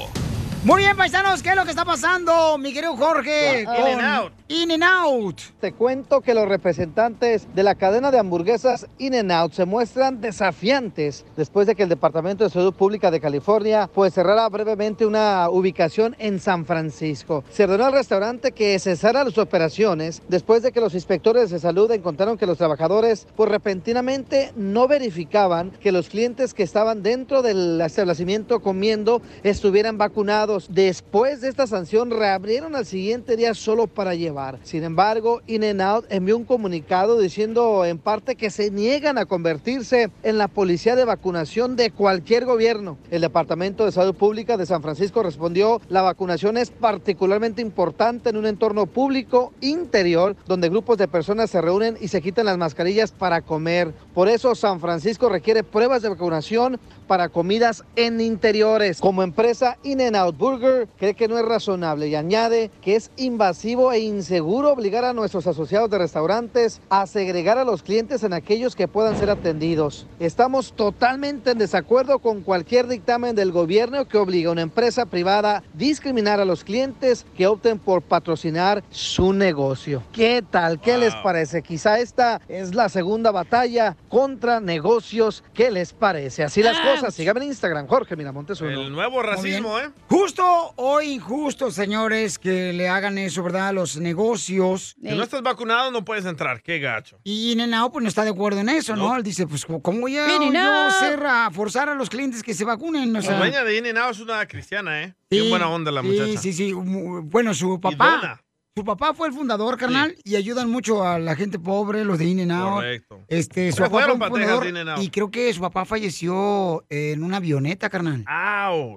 B: Muy bien, paisanos, ¿qué es lo que está pasando, mi querido Jorge?
F: Wow. In and out.
B: In and Out.
F: Te cuento que los representantes de la cadena de hamburguesas In and Out se muestran desafiantes después de que el Departamento de Salud Pública de California pues cerrara brevemente una ubicación en San Francisco. Se ordenó al restaurante que cesara las operaciones después de que los inspectores de salud encontraron que los trabajadores pues repentinamente no verificaban que los clientes que estaban dentro del establecimiento comiendo estuvieran vacunados. Después de esta sanción reabrieron al siguiente día solo para llevar. Sin embargo, In-N-Out envió un comunicado diciendo en parte que se niegan a convertirse en la policía de vacunación de cualquier gobierno. El Departamento de Salud Pública de San Francisco respondió, la vacunación es particularmente importante en un entorno público interior donde grupos de personas se reúnen y se quitan las mascarillas para comer. Por eso San Francisco requiere pruebas de vacunación para comidas en interiores. Como empresa In-N-Out Burger cree que no es razonable y añade que es invasivo e inseguro obligar a nuestros asociados de restaurantes a segregar a los clientes en aquellos que puedan ser atendidos. Estamos totalmente en desacuerdo con cualquier dictamen del gobierno que obliga a una empresa privada a discriminar a los clientes que opten por patrocinar su negocio. ¿Qué tal? ¿Qué les parece? Quizá esta es la segunda batalla contra negocios. ¿Qué les parece? Así las
C: Ah.
F: cosas. Síganme en Instagram, Jorge Miramontes uno.
C: El nuevo racismo, ¿eh?
B: Justo o injusto, señores, que le hagan eso, ¿verdad? A los negocios.
C: Si no estás vacunado, no puedes entrar. Qué gacho.
B: Y Nenao pues no está de acuerdo en eso, ¿no? Él dice, pues, ¿cómo voy a
C: In and
B: yo
C: out.
B: ser a forzar a los clientes que se vacunen? O
C: La
B: sea,
C: dueña de in n es una cristiana, ¿eh? Qué
B: sí,
C: buena onda la
B: sí,
C: muchacha.
B: Sí, sí, mu- Bueno, su
C: dona.
B: papá. Su papá fue el fundador, carnal, y ayudan mucho a la gente pobre, los de In and Out.
C: Correcto.
B: Este, su
C: Se
B: papá fue
C: fueron
B: un
C: para
B: fundador
C: Texas, In-N-Out.
B: y creo que su papá falleció en una avioneta, carnal.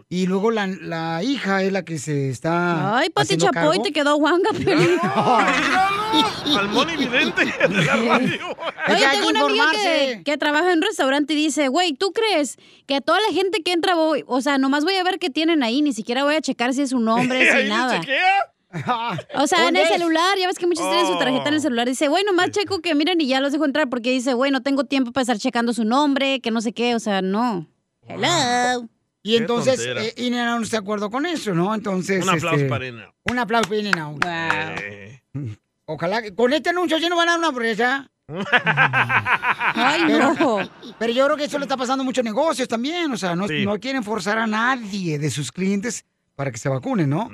B: Y luego la, la hija es la que se está.
D: Ay, Pati
B: haciendo
D: Chapoy
B: cargo.
D: te quedó guanga, Piolín.
C: Salmón y vidente de la radio.
D: Oye,
B: hay
D: tengo
B: que
D: una amiga que,
B: informarse.
D: que trabaja en un restaurante y dice, güey, ¿tú crees que a toda la gente que entra voy, o sea, nomás voy a ver qué tienen ahí, ni siquiera voy a checar si es un nombre,
C: Ahí
D: si
C: ni
D: nada?
C: chequea.
D: O sea, en
C: ¿Dónde
D: el
C: es?
D: celular, ya ves que muchos tienen su tarjeta en
C: Oh.
D: el celular. Dice, güey, nomás checo que miren y ya los dejo entrar porque dice, güey, no tengo tiempo para estar checando su nombre, que no sé qué, o sea, no. Hello.
B: Y entonces, eh, In and Out no está de acuerdo con eso, ¿no? Entonces.
C: Un aplauso
B: este,
C: para In-N-Out.
B: Un aplauso para In and Out.
C: Eh,
B: Ojalá que con este anuncio sí nos van a dar una hamburguesa.
D: Ay,
B: Pero, pero yo creo que eso le está pasando a muchos negocios también. O sea, no, no quieren forzar a nadie de sus clientes para que se vacunen, ¿no?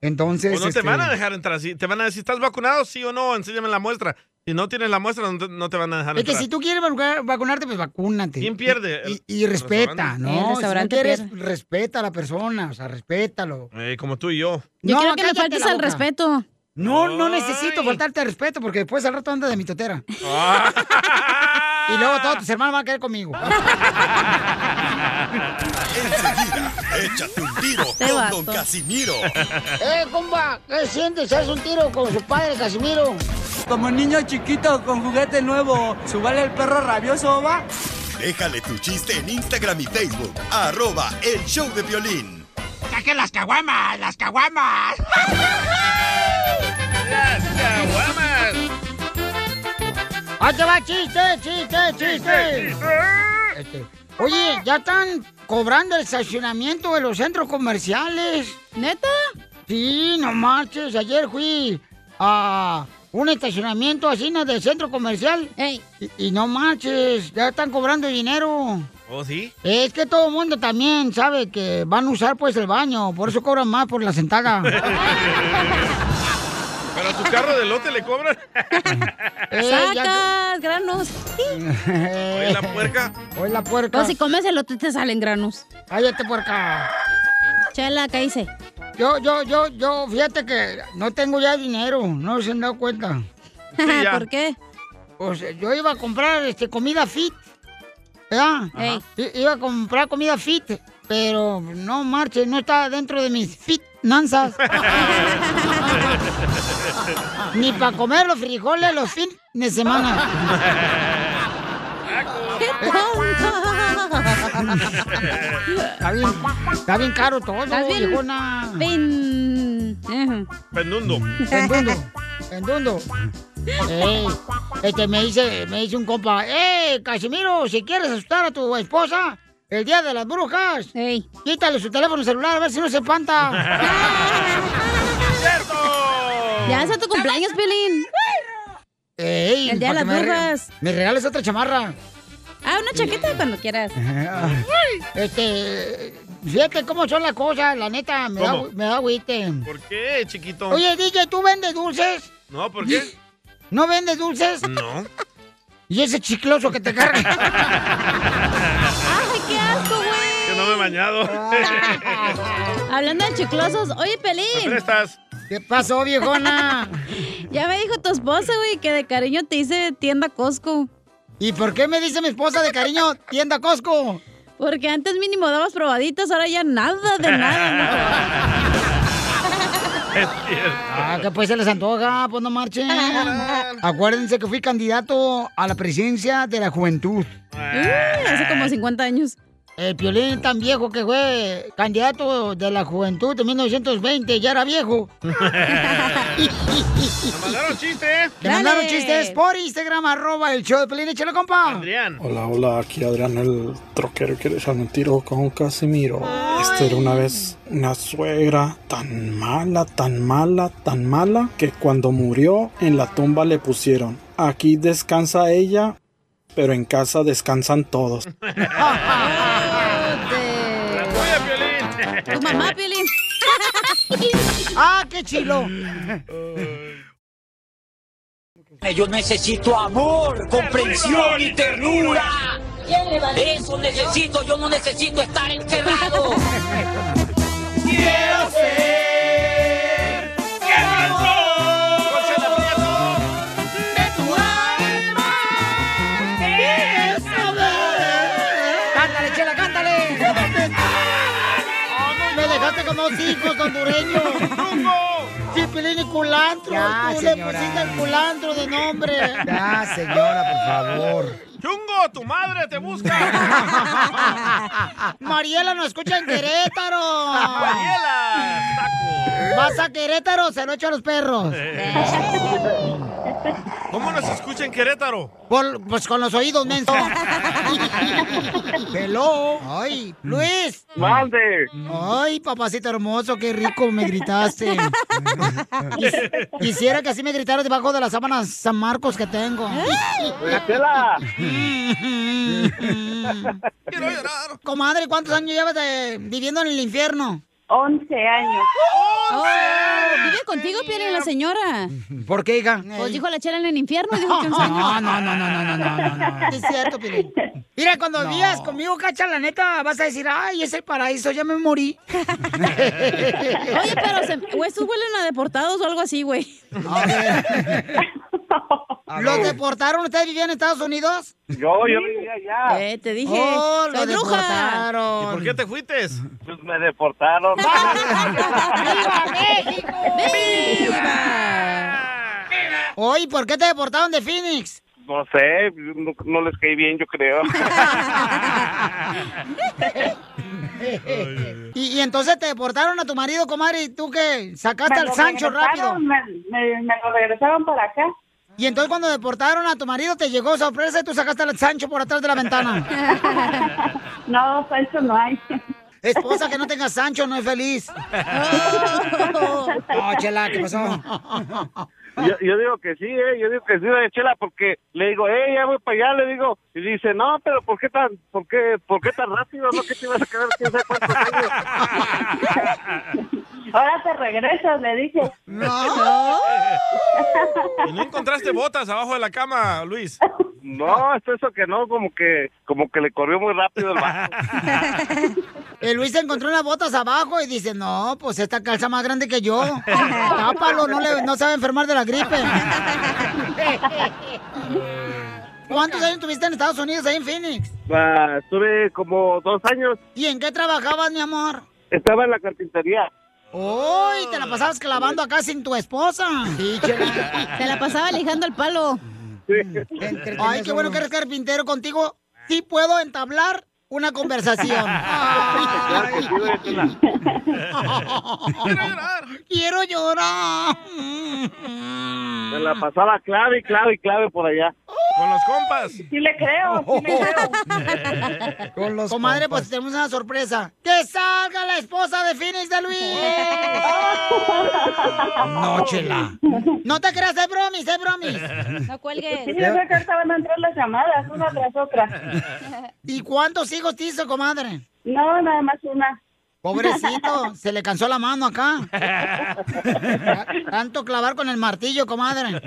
B: Entonces.
C: O Pues no
B: este,
C: te van a dejar entrar. Si te van a decir, ¿estás vacunado? Sí o no, enséñame la muestra. Si no tienes la muestra, no te, no te van a dejar
B: Es que
C: entrar.
B: si tú quieres vacu- vacunarte, pues vacúnate.
C: ¿Quién pierde?
B: Y,
C: ¿El
B: y respeta,
C: restaurante?
B: ¿no?
C: El
B: si no
C: restaurante
B: quieres,
C: pierde.
B: respeta a la persona, o sea, respétalo.
C: Eh, como tú y yo.
D: Yo
B: No,
D: quiero que le
B: cállate
D: faltes
B: la
D: al
B: boca.
D: respeto.
B: No, no necesito faltarte al respeto porque después al rato andas de mi totera. Y luego todos tus hermanos van a caer conmigo.
E: Enseguida, échate un tiro
G: Este
B: Te
E: con
B: vato.
E: Don Casimiro.
B: ¡Eh, compa! ¿Qué sientes? ¿Haz un tiro con su padre, Casimiro?
O: Como niño chiquito con juguete nuevo, subale el perro rabioso, va.
E: Déjale tu chiste en Instagram y Facebook. Arroba el show de violín.
T: ¡Saquen las caguamas! ¡Las caguamas!
C: ¡Las caguamas!
B: ¡Ahí te va chiste, chiste, chiste! Este, Oye, ya están cobrando el estacionamiento de los centros comerciales.
D: ¿Neta?
B: Sí, no marches. Ayer fui a un estacionamiento así ¿no? de centro comercial. Y, y no marches, ya están cobrando dinero.
C: ¿Oh, sí?
B: Es que todo el mundo también sabe que van a usar pues el baño, por eso cobran más por la sentada.
C: ¿Para tu carro de lote le cobran?
B: Eh.
D: Sacas granos.
B: Hoy
C: la puerca.
B: Hoy la puerca.
D: No, si comes elote te salen granos.
B: Cállate, puerca.
D: Chela, ¿qué hice?
B: Yo, yo, yo, yo, fíjate que no tengo ya dinero, no se han dado cuenta.
D: ya. ¿Por
B: qué? Pues eh, yo iba a comprar este, comida fit, ¿verdad?
D: Ey.
B: I- Iba a comprar comida fit, pero no marche, no está dentro de mis finanzas. Ni para comer los frijoles los fines de semana. Está bien, está bien caro todo,
D: Estás bien
B: viejona.
C: Pendundo.
B: Pendundo. Pendundo. Ey, este me dice, me dice un compa, eh, Casimiro, si quieres asustar a tu esposa el día de las brujas, quítale su teléfono celular a ver si no se espanta.
C: ¡Cierto!
D: Ya es a tu cumpleaños, Pilín.
B: Ey,
D: El día de
B: para que
D: las
B: me re-
D: brujas.
B: Me regales otra chamarra.
D: Ah, una chaqueta cuando quieras.
B: Este, fíjate cómo son las cosas, la neta, me da,
C: ¿Cómo?
B: me da agüite.
C: ¿Por qué, chiquito?
B: Oye, DJ, ¿tú vendes dulces?
C: No, ¿por qué?
B: ¿No vendes dulces?
C: No.
B: Y ese chicloso que te carga.
D: ¡Ay, qué asco, güey!
C: Que no me he bañado.
D: Hablando de chiclosos, oye, Pelín.
C: estás?
B: ¿Qué pasó, Oh, viejona?
D: ya me dijo tu esposa, güey, que de cariño te hice tienda Costco.
B: ¿Y por qué me dice mi esposa de cariño tienda Costco?
D: Porque antes mínimo dabas probaditas, ahora ya nada de nada.
C: es cierto.
B: Ah, que pues se les antoja, pues no marchen. Acuérdense que fui candidato a la presidencia de la juventud.
D: Uh, hace como 50 años.
B: El Piolín tan viejo que fue candidato de la juventud en 1920, ya era viejo.
C: Me mandaron chistes.
B: Te mandaron chistes por Instagram, arroba el show de Piolín, échale compa.
C: Adrián.
U: Hola, hola, aquí Adrián el troquero quiere echarme un tiro con Casimiro. Esta era una vez una suegra tan mala, tan mala, tan mala que cuando murió en la tumba le pusieron aquí descansa ella, pero en casa descansan todos.
D: La
C: tuya, Piolín.
D: Tu mamá, Piolín.
B: ¡Ah, qué chilo!
C: Oh.
V: Yo necesito amor, comprensión y ternura. Eso necesito, yo no necesito estar encerrado.
G: Quiero ser de tu alma. Quiero saber.
B: ¡Cántale, chela, cántale! Me dejaste como hijos hondureños. Sí, Piolín y culantro.
G: Ya,
B: Tú
G: señora.
B: le pusiste al culantro de nombre.
C: Ya,
B: señora, por favor.
C: ¡Chungo, tu madre te busca!
B: Mariela no escucha en Querétaro.
C: Mariela,
B: Vas a Querétaro, se lo echo a los perros.
C: ¿Cómo nos escucha en Querétaro?
B: Por- pues con los oídos, menso. Hello. Ay, Luis.
U: Mande.
B: Ay, papacito hermoso, qué rico me gritaste. Quis- Quisiera que así me gritaras debajo de las sábanas San Marcos que tengo. Comadre, ¿cuántos años llevas de- viviendo en el infierno?
A: 11 años.
D: Oh, ¿Vive contigo, Piolín, la señora?
B: ¿Por qué, hija?
D: Pues dijo la chela en el infierno y dijo que 11
B: No, no, no, no, no, no, no, no. Es cierto, Piolín. Mira, cuando digas conmigo, cacha, la neta, vas a decir, ay, es el paraíso, ya me morí.
D: Oye, pero se, o estos huelen a deportados o algo así, güey.
B: ¿Los deportaron? ¿Ustedes vivían en Estados Unidos?
P: Oh, Yo, yo vivía allá.
D: Eh, te dije,
B: Oh,
D: soy
B: los
D: bruja.
B: deportaron.
C: ¿Por qué te fuiste?
P: Pues me deportaron.
B: Oye, ¿por qué te deportaron de Phoenix?
P: No sé, no, no les caí bien, yo creo.
B: y, y entonces te deportaron a tu marido, comadre, y tú que sacaste
A: Me
B: al
A: lo
B: Sancho rápido.
A: regresaron, me- me lo regresaron para acá.
B: Y entonces cuando deportaron a tu marido te llegó sorpresa y tú sacaste al Sancho por atrás de la ventana.
A: No, Sancho no hay.
B: Esposa que no tenga Sancho no es feliz. No, chela, ¿qué pasó?
P: Yo, yo digo que sí, eh, yo digo que sí, doña Chela, porque le digo, eh, ya voy para allá, le digo, y dice, no, pero ¿por qué tan, por qué, por qué tan rápido? ¿No que te ibas a quedar quién sabe cuántos años?
A: Ahora te regresas, le dije.
B: No.
C: ¿Y no encontraste botas abajo de la cama, Luis?
P: No, es eso que no, como que, como que le corrió muy rápido el vato.
B: El Luis encontró unas botas abajo y dice, no, pues esta calza más grande que yo. Tápalo, no, le, no se va a enfermar de la gripe. ¿Cuántos años tuviste en Estados Unidos, ahí en Phoenix?
P: Ah, estuve como dos años,
B: ¿Y en qué trabajabas, mi amor?
P: estaba en la carpintería.
B: ¡Uy! Te la pasabas clavando acá sin tu esposa. Sí, chela.
D: Te la pasaba lijando el palo.
B: Ay, qué bueno que eres carpintero contigo. Sí puedo entablar una conversación.
P: Claro que sí, doña Chela.
B: Quiero llorar.
P: Me la pasaba clave y clave y clave por allá.
C: Con los compas.
A: Sí le creo, sí le
B: creo.
P: Con los
B: Comadre, pues tenemos una sorpresa. ¡Que salga la esposa de Phoenix de Luis!
A: No,
B: Chela. No te creas, es bromis, es bromis.
A: No cuelgues. Sí, yo sé que ahorita van a entrar las llamadas, una tras otra.
B: ¿Y cuántos hijos te hizo, comadre?
A: No, nada más una.
B: Pobrecito, se le cansó la mano acá. Tanto clavar con el martillo, comadre.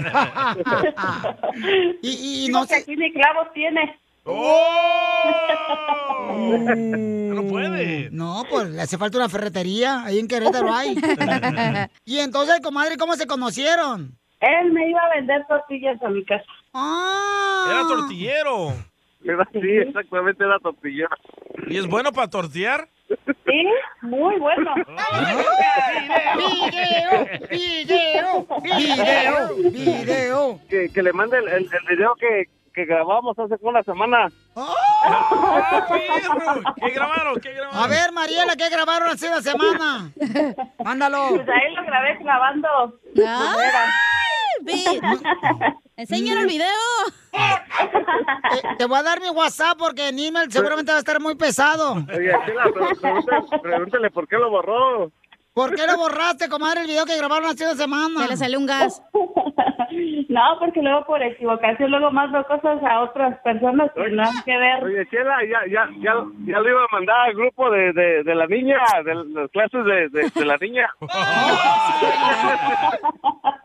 B: y, y no sé.
A: Aquí ni clavos tiene.
B: ¡Oh! No puede. No, pues le hace falta una ferretería. Ahí en Querétaro hay. y entonces, comadre, ¿cómo se conocieron?
A: Él me iba a vender tortillas a mi casa.
C: Era
B: Ah.
C: tortillero.
P: Era así, exactamente era tortilla.
C: ¿Y es bueno para tortear?
A: Sí, muy bueno.
B: ¡Video! ¡Video! ¡Video! ¡Video!
P: Que, que le mande el, el- el video que, que grabamos hace una semana.
C: Ah, pues, ¿Qué grabaron? ¿Qué
B: A ver, Mariela, ¿qué grabaron hace una semana? Mándalo.
A: Pues ahí lo grabé clavando.
D: Enseñar el video.
A: Eh,
B: Te, te voy a dar mi WhatsApp porque en email seguramente va a estar muy pesado.
P: Oye, Chela, pre- pregúntale, pregúntale por qué lo borró.
B: ¿Por qué lo borraste, comadre, el video que grabaron hace una semana? Se le
D: salió un gas.
A: No, porque luego por equivocación luego mando cosas a otras personas que no han que ver.
P: Oye, Chela, ya, ya, ya, ya lo iba a mandar al grupo de, de, de la niña, de las clases de, de, de la niña.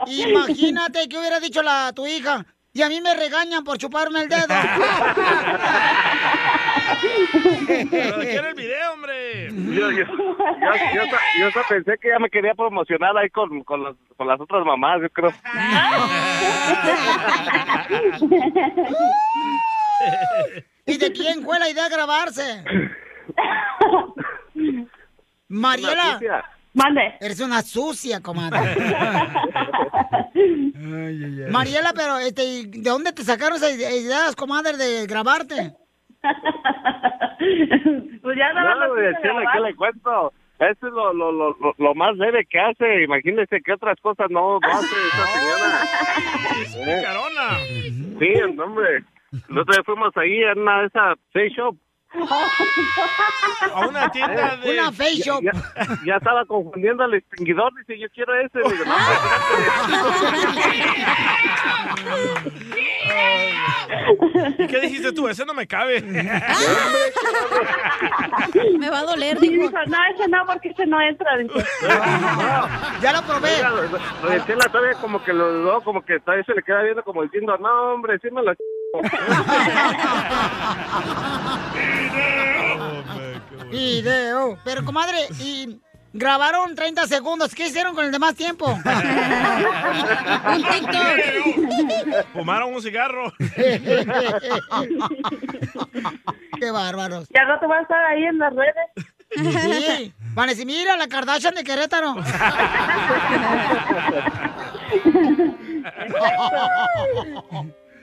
B: Imagínate que hubiera dicho la tu hija. Y a mí me regañan por chuparme el dedo.
C: Pero quiero el video, hombre.
P: Yo, yo, yo, yo hasta- yo hasta pensé que ya me quería promocionar ahí con, con, las, con las otras mamás, yo creo.
B: ¿Y de quién fue la idea de grabarse?
A: Una
B: Mariela.
A: sucia. Mande.
B: Eres una sucia, comadre. Mariela, pero este, ¿y ¿de dónde te sacaron esas ide- ideas, comadre, de grabarte?
A: Pues ya nada más
P: No,
A: quise
P: doña Chela,
A: grabar.
P: ¿qué le cuento? Esto es lo, lo, lo, lo- lo más leve que hace. Imagínese qué otras cosas no, no hace esta señora. ¿Eh? Sí, hombre. El otro día fuimos ahí en una de esas seis shop
C: A una tienda de...
B: Una face shop.
P: Ya, ya- ya estaba confundiendo al extinguidor. Dice, yo quiero ese. Le digo,
C: ¿Y qué dijiste tú? Ese no me cabe.
D: Me va a doler,
A: Y dijo, no, ese no, porque ese no entra. dice.
B: ya lo probé.
P: Doña Chela todavía como que lo dudó, como que todavía se le queda viendo como diciendo, no, hombre, sí me la...
B: Video. Pero, comadre, y grabaron 30 segundos. ¿Qué hicieron con el demás tiempo? Un TikTok.
C: Fumaron un cigarro.
B: Qué bárbaros.
A: Ya no te vas a estar ahí en las redes.
B: Sí. Van a decir, mira, la Kardashian de Querétaro.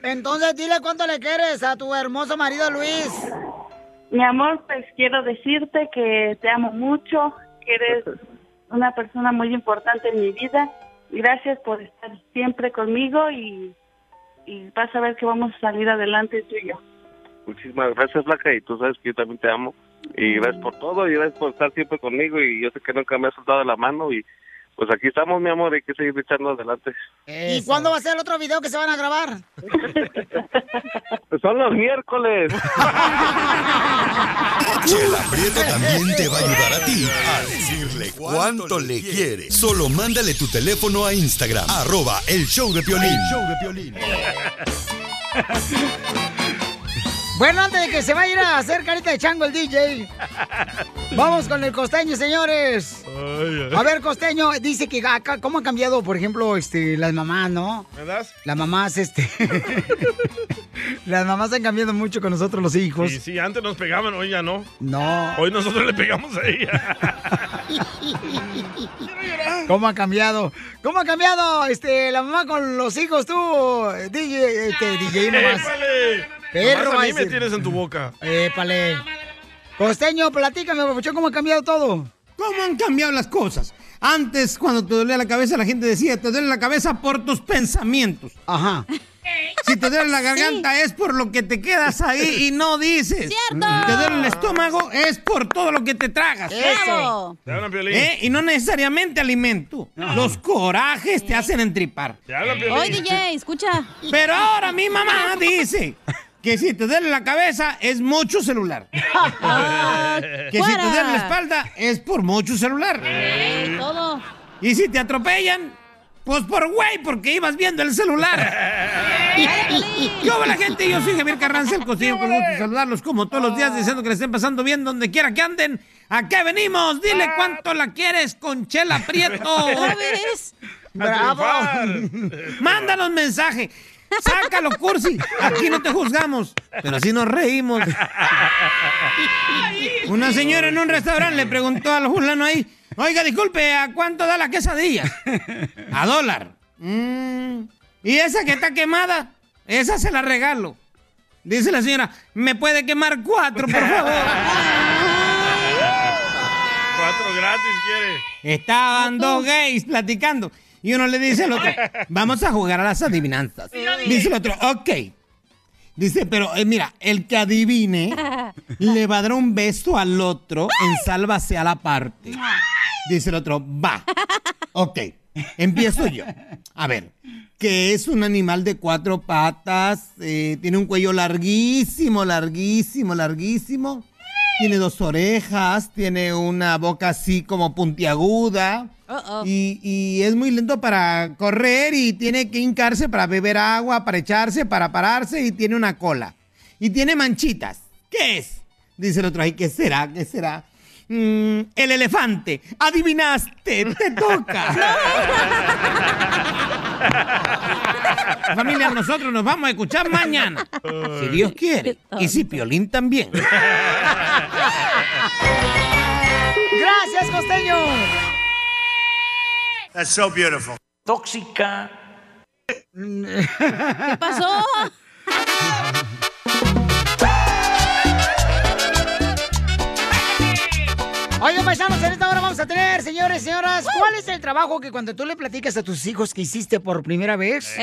B: Entonces, dile cuánto le quieres a tu hermoso marido Luis.
A: Mi amor, pues quiero decirte que te amo mucho, que eres una persona muy importante en mi vida. Gracias por estar siempre conmigo y, y vas a ver que vamos a salir adelante tú y yo.
P: Muchísimas gracias, Flaca, y tú sabes que yo también te amo. Y gracias por todo, y gracias por estar siempre conmigo, y yo sé que nunca me has soltado la mano, y pues aquí estamos, mi amor, hay que seguir echando adelante.
B: ¿Y cuándo va a ser el otro video que se van a grabar?
P: Pues son los miércoles.
E: Chela Prieto también te va a ayudar a ti a decirle cuánto le quiere. Solo mándale tu teléfono a Instagram, arroba el show de Piolín.
B: Bueno, antes de que se vaya a ir a hacer carita de chango el DJ, vamos con el costeño, señores. A ver, costeño, dice que acá, ¿cómo han cambiado, por ejemplo, este, las mamás, no?
C: ¿Me das?
B: Las mamás, este. las mamás han cambiado mucho con nosotros los hijos.
C: Y sí, antes nos pegaban, hoy ya no.
B: No.
C: Hoy nosotros le pegamos a ella.
B: ¿Cómo ha cambiado? ¿Cómo ha cambiado este, la mamá con los hijos, tú, DJ, este, DJ nomás?
C: ¡Épale!
B: Perro,
C: Nomás
B: va
C: a
B: a
C: mí me
B: decir.
C: tienes en tu boca.
B: Épale. Costeño, platícame, papuchón, ¿cómo ha cambiado todo?
K: ¿Cómo han cambiado las cosas? Antes, cuando te dolía la cabeza, la gente decía, te duele la cabeza por tus pensamientos.
B: Ajá.
K: Si te duele la garganta es por lo que te quedas ahí y no dices.
D: ¡Cierto!
K: Te duele el estómago es por todo lo que te tragas.
D: ¡Eso!
C: Te hablan, Piolín.
K: ¿Eh? Y no necesariamente alimento. Los corajes te hacen entripar.
C: Te hablan, Piolín.
D: Oye, DJ, escucha.
K: Pero ahora mi mamá dice que si te duele la cabeza es mucho celular. Que si te
D: Fuera.
K: duele la espalda es por mucho celular.
D: Eh, Todo.
K: Y si te atropellan, pues por güey, porque ibas viendo el celular. Yo la gente, yo soy Javier Carranza, el costeño, con gusto saludarlos como todos los días, diciendo que les estén pasando bien donde quiera que anden. Acá venimos, dile cuánto la quieres con Chela Prieto.
D: Ah. ¿Ya ves?
K: ¡Bravo! Mándanos mensaje. Sácalo, Cursi. Aquí no te juzgamos. Pero así nos reímos. Una señora en un restaurante le preguntó al fulano ahí, oiga, disculpe, ¿a cuánto da la quesadilla? A dólar. "Mm, ¿Y esa que está quemada? Esa se la regalo. Dice la señora, ¿me puede quemar cuatro, por favor?
C: Cuatro gratis quiere.
K: Estaban dos gays platicando. Y uno le dice al otro, vamos a jugar a las adivinanzas. Dice el otro, ok. Dice, pero eh, mira, el que adivine le va a dar un beso al otro en sálvase a la parte. Dice el otro, va. Ok, empiezo yo. A ver, que es un animal de cuatro patas, eh, tiene un cuello larguísimo, larguísimo, larguísimo. Tiene dos orejas, tiene una boca así como puntiaguda.
D: Uh-oh.
K: Y, y es muy lento para correr y tiene que hincarse para beber agua, para echarse, para pararse y tiene una cola. Y tiene manchitas. ¿Qué es? Dice el otro, ay, ¿qué será? ¿Qué será? Mm, el elefante. Adivinaste, te toca. Familia, nosotros nos vamos a escuchar mañana. Si Dios quiere. Y si Piolín también.
B: Gracias, costeño.
H: That's so beautiful.
B: Tóxica. ¿Qué
D: pasó?
B: Oigan, paisanos, en esta hora vamos a tener, señores, señoras, ¿cuál es el trabajo que cuando tú le platicas a tus hijos que hiciste por primera vez,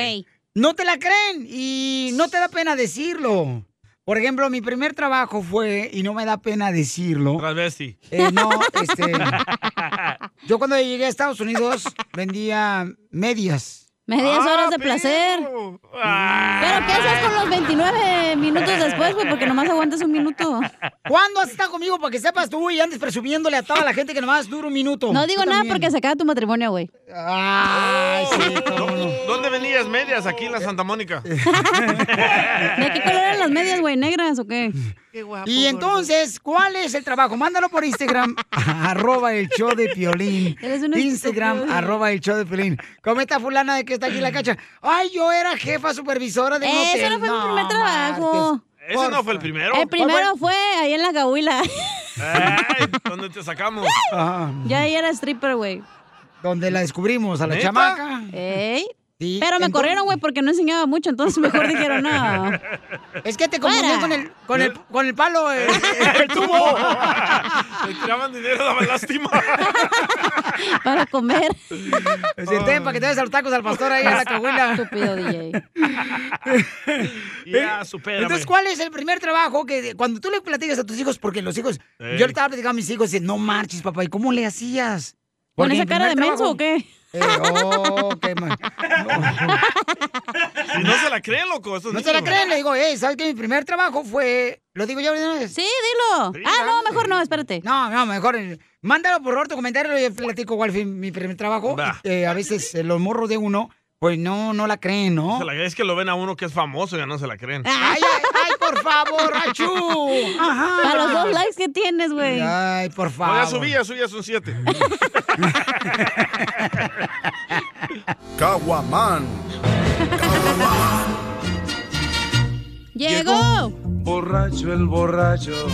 B: no te la creen y no te da pena decirlo? Por ejemplo, mi primer trabajo fue, y no me da pena decirlo.
C: Travesti.
B: Eh, no, este. yo cuando llegué a Estados Unidos vendía medias.
D: Medias
B: Ah,
D: horas de placer. Pero ¿qué haces con los 29 minutos después, güey? Porque nomás aguantas un minuto.
B: ¿Cuándo has estado conmigo? Para que sepas tú y andes presumiéndole a toda la gente que nomás dura un minuto.
D: No digo
B: Tú
D: nada
B: también.
D: porque se acaba tu matrimonio, güey.
B: Ay, sí.
C: ¿Dónde venías medias? Aquí en la Santa Mónica.
B: Eh,
D: ¿De qué color eran las medias, güey? ¿Negras o qué?
B: Y entonces, ¿cuál es el trabajo? Mándalo por Instagram, arroba el show de Piolín.
D: Eres un
B: Instagram,
D: estúpido.
B: arroba el show de Piolín. Comenta fulana de que está aquí en la cacha. Ay, yo era jefa supervisora de un
D: Ese
B: hotel.
D: no fue mi primer trabajo.
B: martes.
C: Ese no fue el primero.
B: Eh,
D: El primero fue ahí en la gahuila.
C: Ay, ¿Dónde te sacamos?
B: Ajá.
D: Yo ahí era stripper, güey.
B: Ah, Donde la descubrimos a la
C: ¿Neta?
B: chamaca.
D: Ey.
B: Sí,
D: Pero me
B: entonces-
D: corrieron, güey, porque no enseñaba mucho, entonces mejor dijeron no.
B: Es que te confundían con el, con el, con el palo, eh, el, tubo.
C: Te tiraban dinero, daba lástima.
D: Para comer.
B: Se te- para que te des a los tacos al pastor ahí a la cahuila.
D: Estúpido DJ.
C: Ya, supérame.
B: Eh, Entonces, ¿cuál es el primer trabajo que de- cuando tú le platicas a tus hijos? Porque los hijos,
C: Ey.
B: yo le estaba platicando a mis hijos, y no marches, papá, ¿y cómo le hacías?
D: ¿Con
B: Porque
D: esa
B: mi
D: cara de
B: primer
D: menso o
B: trabajo-
D: qué?
B: Eh, oh, qué mal.
C: Y no se la creen, loco. estos
B: No se la
C: niños.
B: creen, le digo, eh, ¿sabes que mi primer trabajo fue. ¿Lo digo ya de una vez?
D: Sí, dilo. ah, no, mejor no, espérate.
B: No, no, mejor. eh, Mándalo por favor tu comentario y yo platico cuál fue mi primer trabajo. Y, eh, a veces eh, los morros de uno, pues no, no la creen, ¿no?
C: Se la- es que lo ven a uno que es famoso y ya no se la creen.
B: Ay, ay, ay, por favor, achú. Ajá.
D: Para los dos likes que tienes, güey.
B: Ay, por
C: No,
B: favor.
C: ya subí, ya subí, ya son siete.
J: Caguaman.
D: Llegó.
G: Borracho el borracho.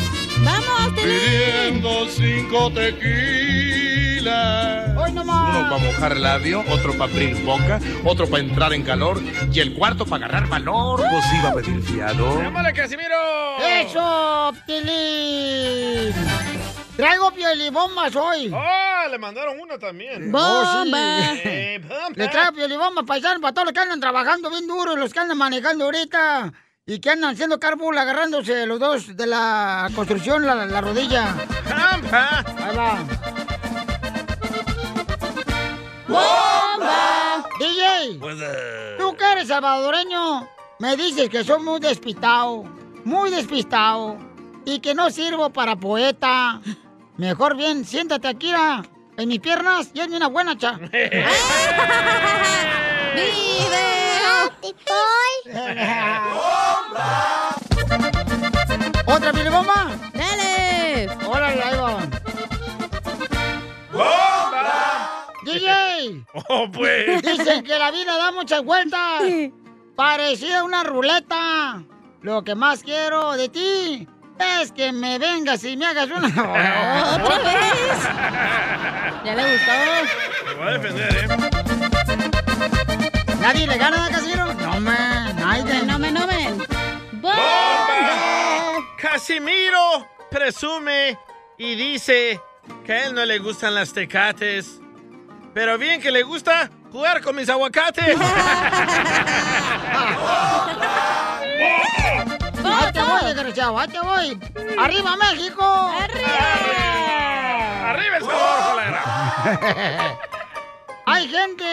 D: Vamos,
G: Pidiendo cinco tequilas.
B: Hoy
G: Uno para mojar labio, otro para abrir boca, otro para entrar en calor y el cuarto para agarrar valor. Pues iba a pedir fiado.
C: ¡Llámale, Casimiro!
B: ¡Eso, Tilín! Traigo piolibombas hoy.
C: ¡Ah! le mandaron una también.
B: ¡Bomba!
C: Eh, bomba.
B: Eh, oh, Le traigo piolibombas paisanos para todos los que andan trabajando bien duro y los que andan manejando ahorita y que andan haciendo carbul agarrándose los dos de la construcción, la, la rodilla. Ahí va.
G: ¡Bomba!
B: DJ, tú que eres salvadoreño, me dices que soy muy despistado, muy despistado, y que no sirvo para poeta. Mejor bien, siéntate aquí, ah, en mis piernas, y hazme una buena cha.
D: Ah.
B: ¿Otra mini bomba?
D: ¡Dale!
B: ¡Órale, ahí va! ¡DJ!
C: ¡Oh, pues!
B: Dicen que la vida da muchas vueltas. Parecida una ruleta. Lo que más quiero de ti es que me vengas y me hagas una.
G: ¿Otra
B: vez? Ya le gustó.
C: Me voy a defender, ¿eh?
B: ¿Nadie le gana a Casimiro? No me, nadie.
D: No me, no me.
C: Casimiro presume y dice que a él no le gustan las tecates. Pero bien que le gusta jugar con mis aguacates.
D: ¡Eh!
B: Ahí te voy, desgraciado, ahí te voy. ¡Arriba, México!
C: ¡Arriba el sabor, con la gran-
B: Hay gente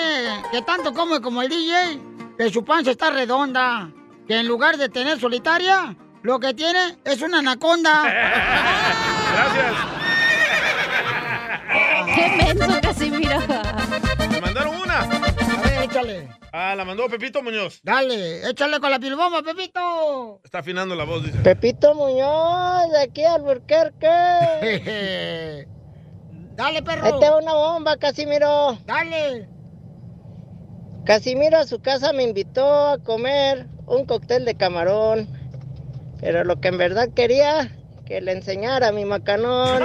B: que tanto come como el DJ, que su panza está redonda, que en lugar de tener solitaria, lo que tiene es una anaconda.
C: Gracias.
D: ¡Qué menso, Casimiro!
C: Me mandaron una.
B: A ver, échale.
C: Ah, la mandó Pepito Muñoz.
B: Dale, échale con la pilbomba, Pepito.
C: Está afinando la voz, dice.
B: Pepito Muñoz, de aquí al Burquerque. Dale, perro.
H: Ahí te va una bomba, Casimiro.
B: Dale.
H: Casimiro a su casa me invitó a comer un cóctel de camarón. Pero lo que en verdad quería, que le enseñara a mi macanón.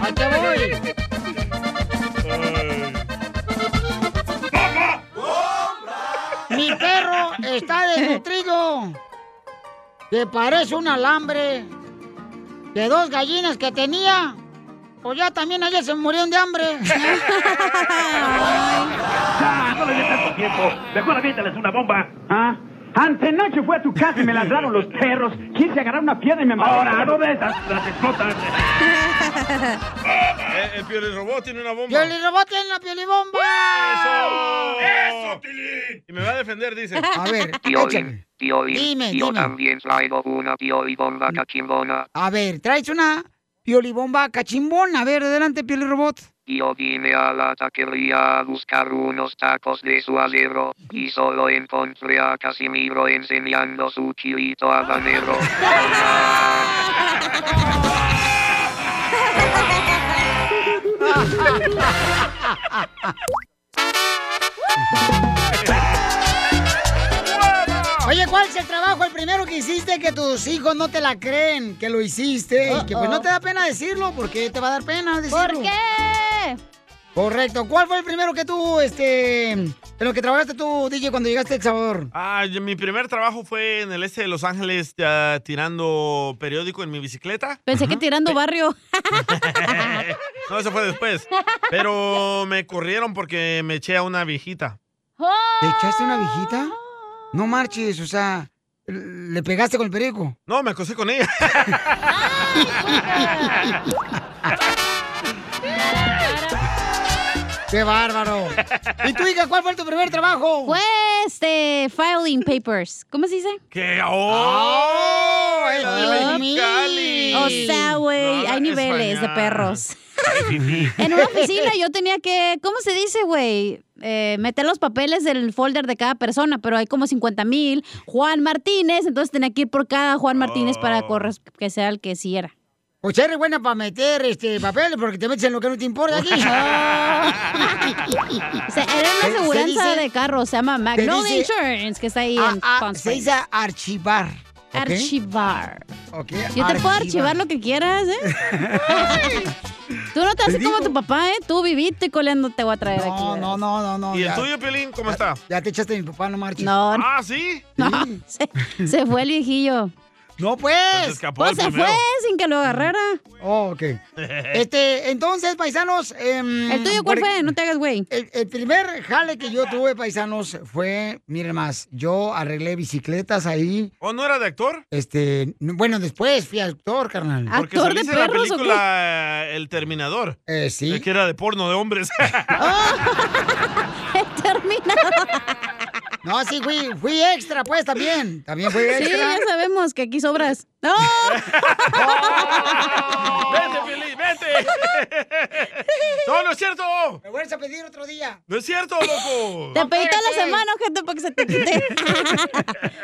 B: Ahí te voy. Mi perro está desnutrido. Que parece un alambre. De dos gallinas que tenía, Pues ya también allá se murieron de hambre.
I: ¡Ya! Ah, ¡No le dé tanto tiempo! ¡Mejor aviéntales una bomba!
L: ¿Ah? Antenoche fue a tu casa y me ladraron los perros. Quise agarrar una piedra y me mató.
I: ¡Ahora, no ves! ¡Las, las explotan!
C: Eh, el Piolín Robot tiene una bomba.
B: ¡Pioli robot en la pioli bomba!
C: ¡Eso! ¡Eso, Y me va a defender, dice.
B: A ver,
W: Piolín,
B: échale.
W: Piolín,
B: Dime,
W: yo
B: dime.
W: también traigo una Pioli bomba cachimbona.
B: A ver, traes una piolibomba cachimbón. A ver, adelante, pioli robot.
W: Yo vine a la taquería a buscar unos tacos de suadero y solo encontré a Casimiro enseñando su chilito habanero.
B: Oye, ¿cuál es el trabajo? El primero que hiciste que tus hijos no te la creen, que lo hiciste y que pues
D: Uh-oh.
B: no te da pena decirlo, porque te va a dar pena decirlo.
D: ¿Por qué?
B: Correcto. ¿Cuál fue el primero que tú, este, en lo que trabajaste tú, DJ, cuando llegaste a El Salvador?
C: Ah, yo- mi primer trabajo fue en el este de Los Ángeles ah, tirando periódico en mi bicicleta.
D: Pensé que tirando barrio.
C: No, eso fue después. Pero me corrieron porque me eché a una viejita.
D: ¡Oh!
B: ¿Te echaste una viejita? No marches, o sea, ¿le pegaste con el periódico?
C: No, me acosé con ella.
B: ¡Qué bárbaro! ¿Y tú, hija, cuál fue tu primer trabajo?
D: Fue este, filing papers. ¿Cómo se dice?
C: ¡Qué
B: Ah.
C: oh!
B: el
D: Oh, O sea, güey, hay niveles de perros. En una oficina yo tenía que, ¿cómo se dice, güey? Eh, meter los papeles del folder de cada persona, pero hay como 50 mil. Juan Martínez, entonces tenía que ir por cada Juan Martínez para corres- que sea el que sí era.
B: Oh. Pues eres buena para meter este papeles porque te metes en lo que no te importa aquí.
D: Se- Ah.
B: Se-
D: era una
B: se
D: aseguranza
B: dice-
D: de carro, se llama Magnolia
B: dice-
D: Insurance, que está ahí
B: Ah,
D: en
B: ah,
D: Palm
B: se
D: Springs.
B: dice archivar. ¿ok?
D: Archivar.
B: Ok,
D: Yo te puedo archivar lo que quieras, ¿eh? Tú no te haces como tu papá, ¿eh? Tú viviste coleando, te voy a traer aquí.
B: No, no, no, no, no.
C: ¿Y el
B: ya.
C: tuyo, Piolín, cómo está?
B: Ya te echaste mi papá, no marches.
D: No.
C: ¿Ah, sí?
D: No, se, se fue el viejillo.
B: No, pues.
D: Se
B: escapó el
D: se
B: primero.
D: fue sin que lo agarrara.
B: Oh, ok. Este, entonces, paisanos. em,
D: ¿El tuyo cuál fue? No te hagas, güey.
B: El, el primer jale que yo tuve, paisanos, fue, miren más, yo arreglé bicicletas ahí.
C: ¿O Oh, no era de actor?
B: Este, n- bueno, después fui actor, carnal.
C: Porque saliste en la película El Terminador.
B: Eh, sí.
C: Que era de porno de hombres.
D: El Terminador.
B: No, sí, fui, fui extra, pues, también. También fui
D: Sí,
B: extra.
D: ya sabemos que aquí sobras. ¡No!
C: ¡Vente, Piolín, vente! ¡No, no es cierto!
B: Me vuelves a pedir otro día.
C: ¡No es cierto, loco!
D: Te pedí toda
B: ok.
D: la semana, gente, para que se te quite.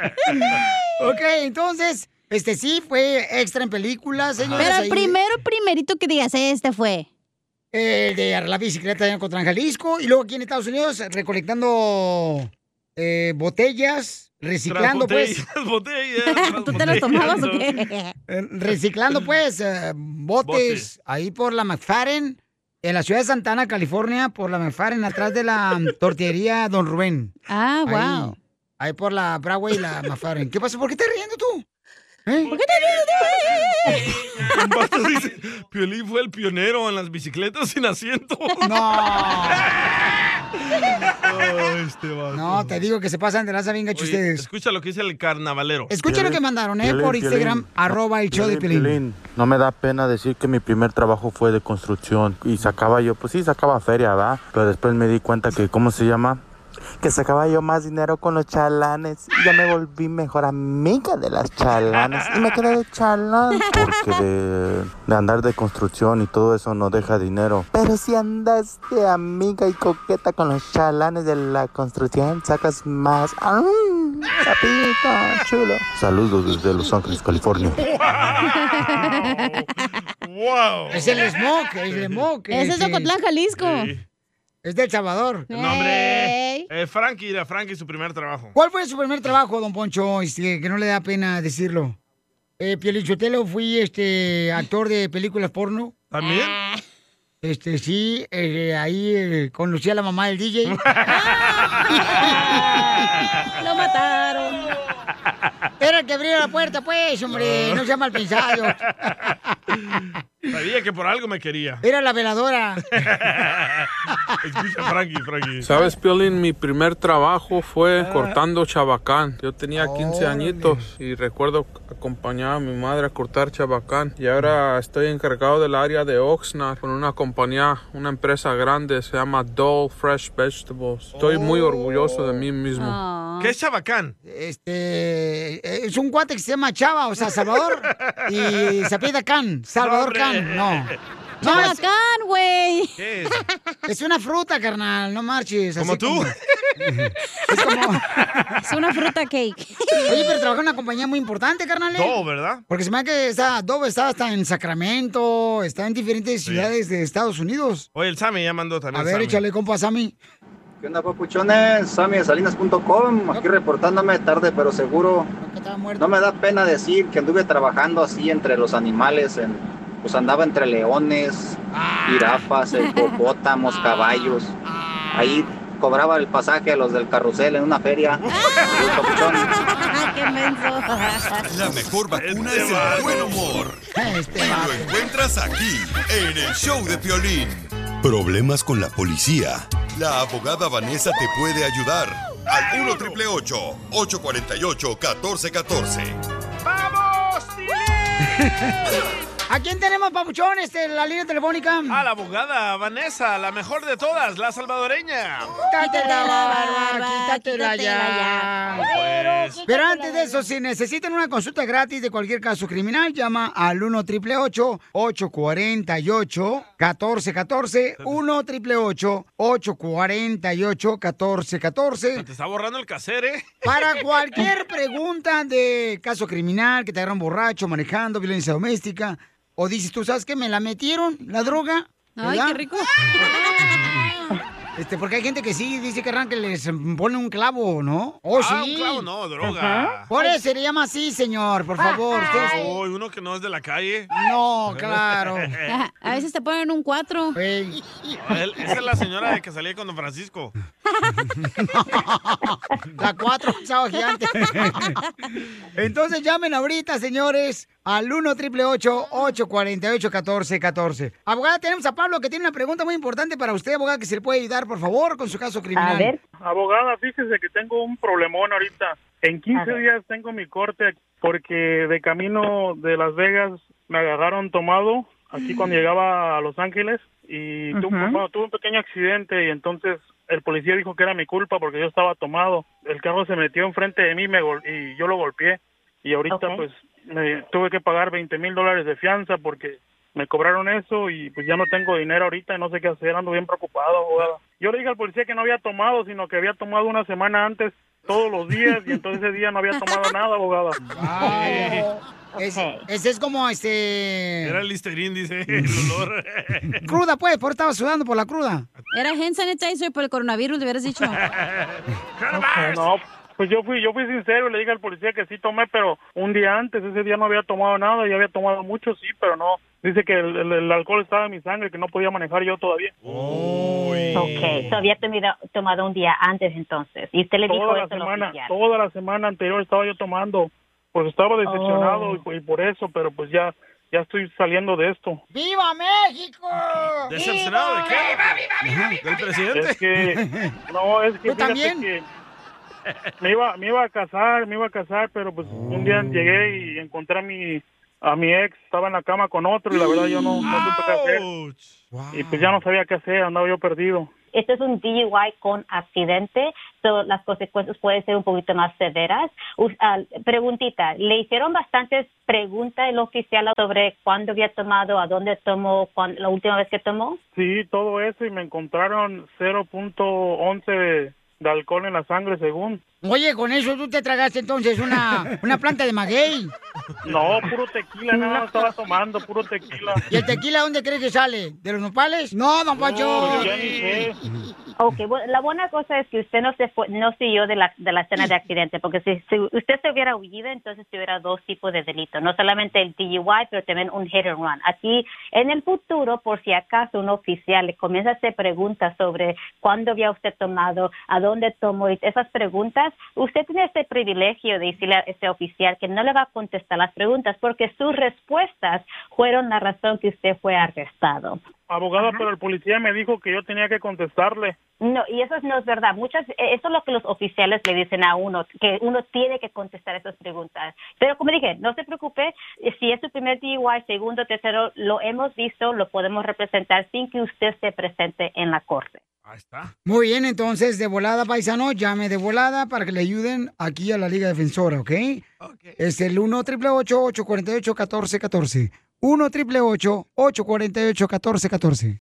B: ok, entonces, este sí fue extra en películas, señores.
D: Pero el
B: ahí.
D: primero, primerito que digas, este fue.
B: El de arreglar bicicleta en Cotlán, Jalisco. Y luego aquí en Estados Unidos recolectando eh, botellas, reciclando, pues.
C: Tras botellas, botellas, tras
B: ¿Tú te las tomabas o
C: botellas,
D: qué?
B: Eh, Reciclando, pues, eh, botes,
C: Botes.
B: ahí por la McFarren, en la ciudad de Santana, California, por la McFarren, atrás de la mm, tortillería Don Rubén.
D: Ah,
B: wow. Ahí por la Broadway y la McFarren. ¿Qué pasó? ¿Por qué te riendo tú? ¿Eh?
D: ¿Por qué te riendo tú?
C: Un vato dice, Piolín fue el pionero en las bicicletas sin asiento.
B: No.
C: Ay, este vato.
B: No, te digo que se pasan de lanza bien gacho
C: Oye,
B: ustedes.
C: Escucha lo que dice el carnavalero.
B: Escucha lo que mandaron, ¿eh? Por Instagram, arroba el show de Pelín.
X: Piolín. No me da pena decir que mi primer trabajo fue de construcción y sacaba yo, pues sí, sacaba feria, ¿va? Pero después me di cuenta que, ¿cómo se llama? Que sacaba yo más dinero con los chalanes. Y Ya me volví mejor amiga de las chalanes. Y me quedé de chalán. Porque de, de andar de construcción y todo eso no deja dinero. Pero si andas de amiga y coqueta con los chalanes de la construcción, sacas más. ¡Ah! Sapito, chulo. Saludos desde Los Ángeles, California.
C: ¡Wow!
B: Es el smog, es el smog.
D: Ese es de Ocotlán, Jalisco.
B: Es de El Salvador.
C: No, hombre. Eh, Frankie, era Frankie su primer trabajo.
B: ¿Cuál fue su primer trabajo, don Poncho? Este, que no le da pena decirlo. Eh, Pielichotelo, fui este actor de películas porno.
C: ¿También?
B: Este, sí, eh, ahí eh, con Lucía, la mamá del DJ.
D: Lo mataron.
B: Era el que abrió la puerta, pues, hombre. No sea mal pensado.
C: Sabía que por algo me quería.
B: Era la veladora.
C: Escucha, Frankie, Frankie.
M: ¿Sabes, Piolín? Mi primer trabajo fue cortando chabacán. Yo tenía 15 añitos y recuerdo acompañar a mi madre a cortar chabacán. Y ahora estoy encargado del área de Oxnard con una compañía, una empresa grande, se llama Dole Fresh Vegetables. Estoy muy orgulloso de mí
B: Ah.
M: mismo.
C: ¿Qué es chabacán?
B: Este, es un cuate que se llama Chava, o sea, Salvador. Y se apellida Can. Salvador Can. No. No, es-
D: Chabacán, güey.
C: ¿Qué es?
B: Es una fruta, carnal, no marches. así
D: ¿Como tú?
B: Es como... Es una fruta cake. Oye, pero trabaja en una compañía muy importante, carnal. ¿eh?
C: Dove, ¿verdad?
B: Porque se me hace que está, Dove está hasta en Sacramento, está en diferentes ciudades de Estados Unidos.
C: Oye, el Sammy ya mandó también.
B: A ver,
C: Sammy.
B: échale compa Sammy.
N: ¿Qué onda, papuchones? Sammy de Salinas.com, aquí reportándome tarde pero seguro. No me da pena decir que anduve trabajando así entre los animales, en- pues andaba entre leones,
B: Ah.
N: jirafas, hipopótamos, caballos. Ahí cobraba el pasaje a los del carrusel en una feria. Saludos, papuchón.
D: Qué
E: La mejor
I: Este
E: vacuna es el buen humor. Y lo encuentras aquí, en el show de Piolín.
J: Problemas con la policía.
E: La abogada Vanessa te puede ayudar. Al 1 848 1414
B: ¿A quién tenemos, papuchón, este, la línea telefónica?
C: A la abogada Vanessa, la mejor de todas, la salvadoreña.
B: Quítate la barba, quítatela ya.
C: Pues.
B: Pero antes de eso, si necesitan una consulta gratis de cualquier caso criminal, llama al 1 888 848 1414 1 888 848 1414
C: Te está borrando el caser, ¿eh?
B: para cualquier pregunta de caso criminal, que te agarran borracho, manejando, violencia doméstica, o dices, tú sabes que me la metieron, la droga.
D: Ay, qué rico.
B: Este, porque hay gente que sí dice que arranca que les pone un clavo, ¿no? Oh,
C: Ah,
B: sí.
C: un clavo, no, droga.
B: Ajá. Por eso se le llama así, señor, por favor. ustedes-
C: Uy, uno que no es de la calle.
B: No, claro.
D: Ajá, A veces te ponen un cuatro.
C: Él- Esa es la señora de que salía con Don Francisco.
B: La cuatro, chao, gigante. Entonces llamen ahorita, señores, al 1 848 1414 Abogada, tenemos a Pablo que tiene una pregunta muy importante para usted, abogada, que se le puede ayudar, por favor, con su caso criminal.
Q: Abogada, fíjese que tengo un problemón ahorita. En 15 días tengo mi corte porque de camino de Las Vegas me agarraron tomado aquí cuando llegaba a Los Ángeles y tu-
R: Ujú.
Q: bueno, tuve un pequeño accidente y entonces el policía dijo que era mi culpa porque yo estaba tomado. El carro se metió enfrente de mí y me gol- y yo lo golpeé y ahorita
R: Ok.
Q: pues me tuve que pagar 20 mil dólares de fianza porque me cobraron eso y pues ya no tengo dinero ahorita y no sé qué hacer, ando bien preocupado. abogada. Yo le dije al policía que no había tomado, sino que había tomado una semana antes todos los días y entonces ese día no había tomado nada, abogada.
B: Ese, ese es como este.
C: Era el listerín, dice el olor.
B: Cruda, pues, por estaba sudando por la cruda.
D: Era hand sanitizer por el coronavirus, le hubieras dicho.
Q: No, pues yo fui, yo fui sincero y le dije al policía que sí tomé, pero un día antes, ese día no había tomado nada, ya había tomado mucho, sí, pero no. Dice que el, el- el alcohol estaba en mi sangre, que no podía manejar yo todavía.
Y: Ok, so Eh, había tomido- tomado un día antes entonces. Y usted le dijo
Q: toda la
Y: eso al
Q: semana,
Y: oficial.
Q: toda la semana anterior estaba yo tomando, pues estaba
Y: Oh.
Q: decepcionado y, por- y por eso, pero pues ya, ya estoy saliendo de esto.
B: ¡Viva México!
Q: ¿Decepcionado de qué? ¿Del presidente? Es que, no, es que
B: ¿Tú Pues también?
Q: que me iba, me iba a casar, me iba a casar, pero pues un día
Y: Oh.
Q: llegué y encontré a mi, a mi ex, estaba en la cama con otro y la verdad yo no, no supe qué hacer. Y pues ya no sabía qué hacer, andaba yo perdido.
Y: Este es un DUI con accidente, so las consecuencias pueden ser un poquito más severas. Us- ah, preguntita, le hicieron bastantes preguntas el oficial sobre cuándo había tomado, a dónde tomó, cuán- la última vez que tomó.
Q: Sí, todo eso y me encontraron 0.11 de, de alcohol en la sangre según.
B: Oye, con eso tú te tragaste entonces una, una planta de maguey.
Q: No, puro tequila, nada más estaba tomando, puro tequila.
B: Pues
Q: Oh,
B: ¿Y el tequila dónde crees que sale? ¿De los nopales? No, don Pancho.
Q: Ya ni sé.
Y: Ok, bueno, la buena cosa es que usted no se fue- no siguió de la, de la escena de accidente, porque si, si usted se hubiera huido, entonces tuviera dos tipos de delitos, no solamente el DUI, pero también un hit and run. Aquí, en el futuro, por si acaso un oficial le comienza a hacer preguntas sobre cuándo había usted tomado, a dónde tomó, y esas preguntas, usted tiene este privilegio de decirle a ese oficial que no le va a contestar las preguntas, porque sus respuestas fueron la razón que usted fue arrestado.
Q: Abogada, pero el policía me dijo que yo tenía que contestarle.
Y: No, y eso no es verdad. Muchas, eh, eso es lo que los oficiales le dicen a uno, que uno tiene que contestar esas preguntas. Pero como dije, no se preocupe, eh, si es su primer DUI, segundo, tercero, lo hemos visto, lo podemos representar sin que usted se presente en la corte.
C: Ahí está.
B: Muy bien, entonces, de volada, paisano, llame de volada para que le ayuden aquí a la Liga Defensora, ¿ok? Es el 1 888 848 1414 1 888 848 1414